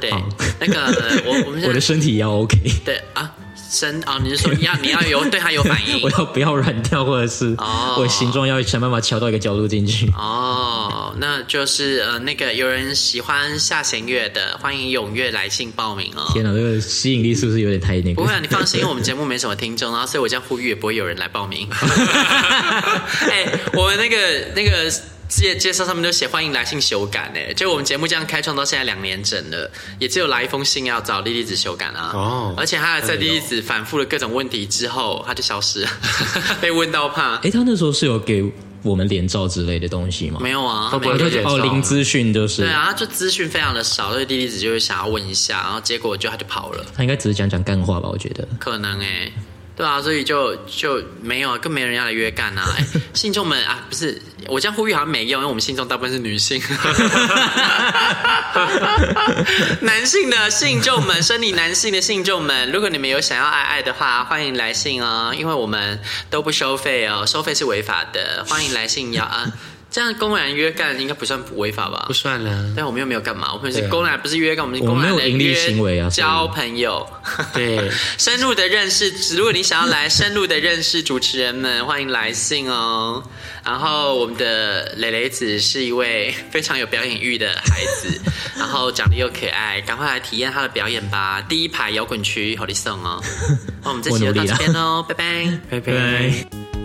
Speaker 2: 对
Speaker 3: 好，
Speaker 2: 那个我
Speaker 3: *laughs*
Speaker 2: 我们
Speaker 3: 我
Speaker 2: 现
Speaker 3: 的
Speaker 2: 在
Speaker 3: 身体也要 OK，
Speaker 2: 对啊，身哦，你是说你要你要有对他有反应
Speaker 3: *laughs* 我要不要软掉，或者是
Speaker 2: 哦
Speaker 3: 我形状要想办法敲到一个角度进去。
Speaker 2: 哦，那就是呃那个有人喜欢下弦乐的，欢迎踊跃来信报名哦。
Speaker 3: 天哪，这个吸引力是不是有点太那
Speaker 2: 不
Speaker 3: 个
Speaker 2: 会？啊，你放心，因为我们节目没什么听众，然后所以我这样呼吁也不会有人来报
Speaker 1: *laughs*
Speaker 2: 名。哎、我们那个那个介介绍上面都写欢迎来信修改呢，就我们节目这样开创到现在两年整了，也只有来一封信要找莉莉子修改啊。
Speaker 1: 哦
Speaker 2: 而且他还在莉莉子反复了各种问题之后，他就消
Speaker 1: *laughs*
Speaker 2: 失了，被问到怕。
Speaker 3: 哎，他那时候是有给我们脸照之类的东西吗？
Speaker 2: 没有啊，
Speaker 1: 会不会
Speaker 2: 没有
Speaker 1: 有点
Speaker 3: 哦，
Speaker 1: 照
Speaker 3: 零资讯就是。
Speaker 2: 对啊，他就资讯非常的少，所以莉莉子就会想要问一下，然后结果就他就跑了。
Speaker 3: 他应该只是讲讲干话吧，我觉得。
Speaker 2: 可能哎、欸。对啊，所以就就没有啊，更没人要来约干啊！哎信众们啊，不是我这样呼吁好像没用，因为我们信众大部分是女性，男性的信众们，生理男性的信众们，如果你们有想要爱爱的话，欢迎来信哦，因为我们都不收费哦，收费是违法的，欢迎来信要啊。这样公然约干应该不算违法吧
Speaker 1: 不？算啦。
Speaker 2: 但我们又没有干嘛，我们
Speaker 1: 对
Speaker 2: 是
Speaker 1: 啊
Speaker 2: 公然不是约干，我们是
Speaker 3: 嗯我
Speaker 2: 公
Speaker 3: 们没
Speaker 2: 然
Speaker 3: 有
Speaker 2: 的
Speaker 3: 盈利
Speaker 2: 约
Speaker 3: 行为啊所以
Speaker 2: 交朋友。
Speaker 1: 对，
Speaker 2: *laughs* 深入的认识，如果你想要来深入的认识主持人们，欢迎来信哦。然后我们的蕾蕾子是一位非常有表演欲的孩
Speaker 3: *laughs*
Speaker 2: 子，然后长得又可爱，赶快来体验他的表演吧！第一排摇滚区，好利送
Speaker 3: *laughs*
Speaker 2: 哦。那我们这期就到这边
Speaker 5: *laughs*
Speaker 2: 喽，哦拜拜。
Speaker 1: 拜
Speaker 3: 拜
Speaker 1: 拜。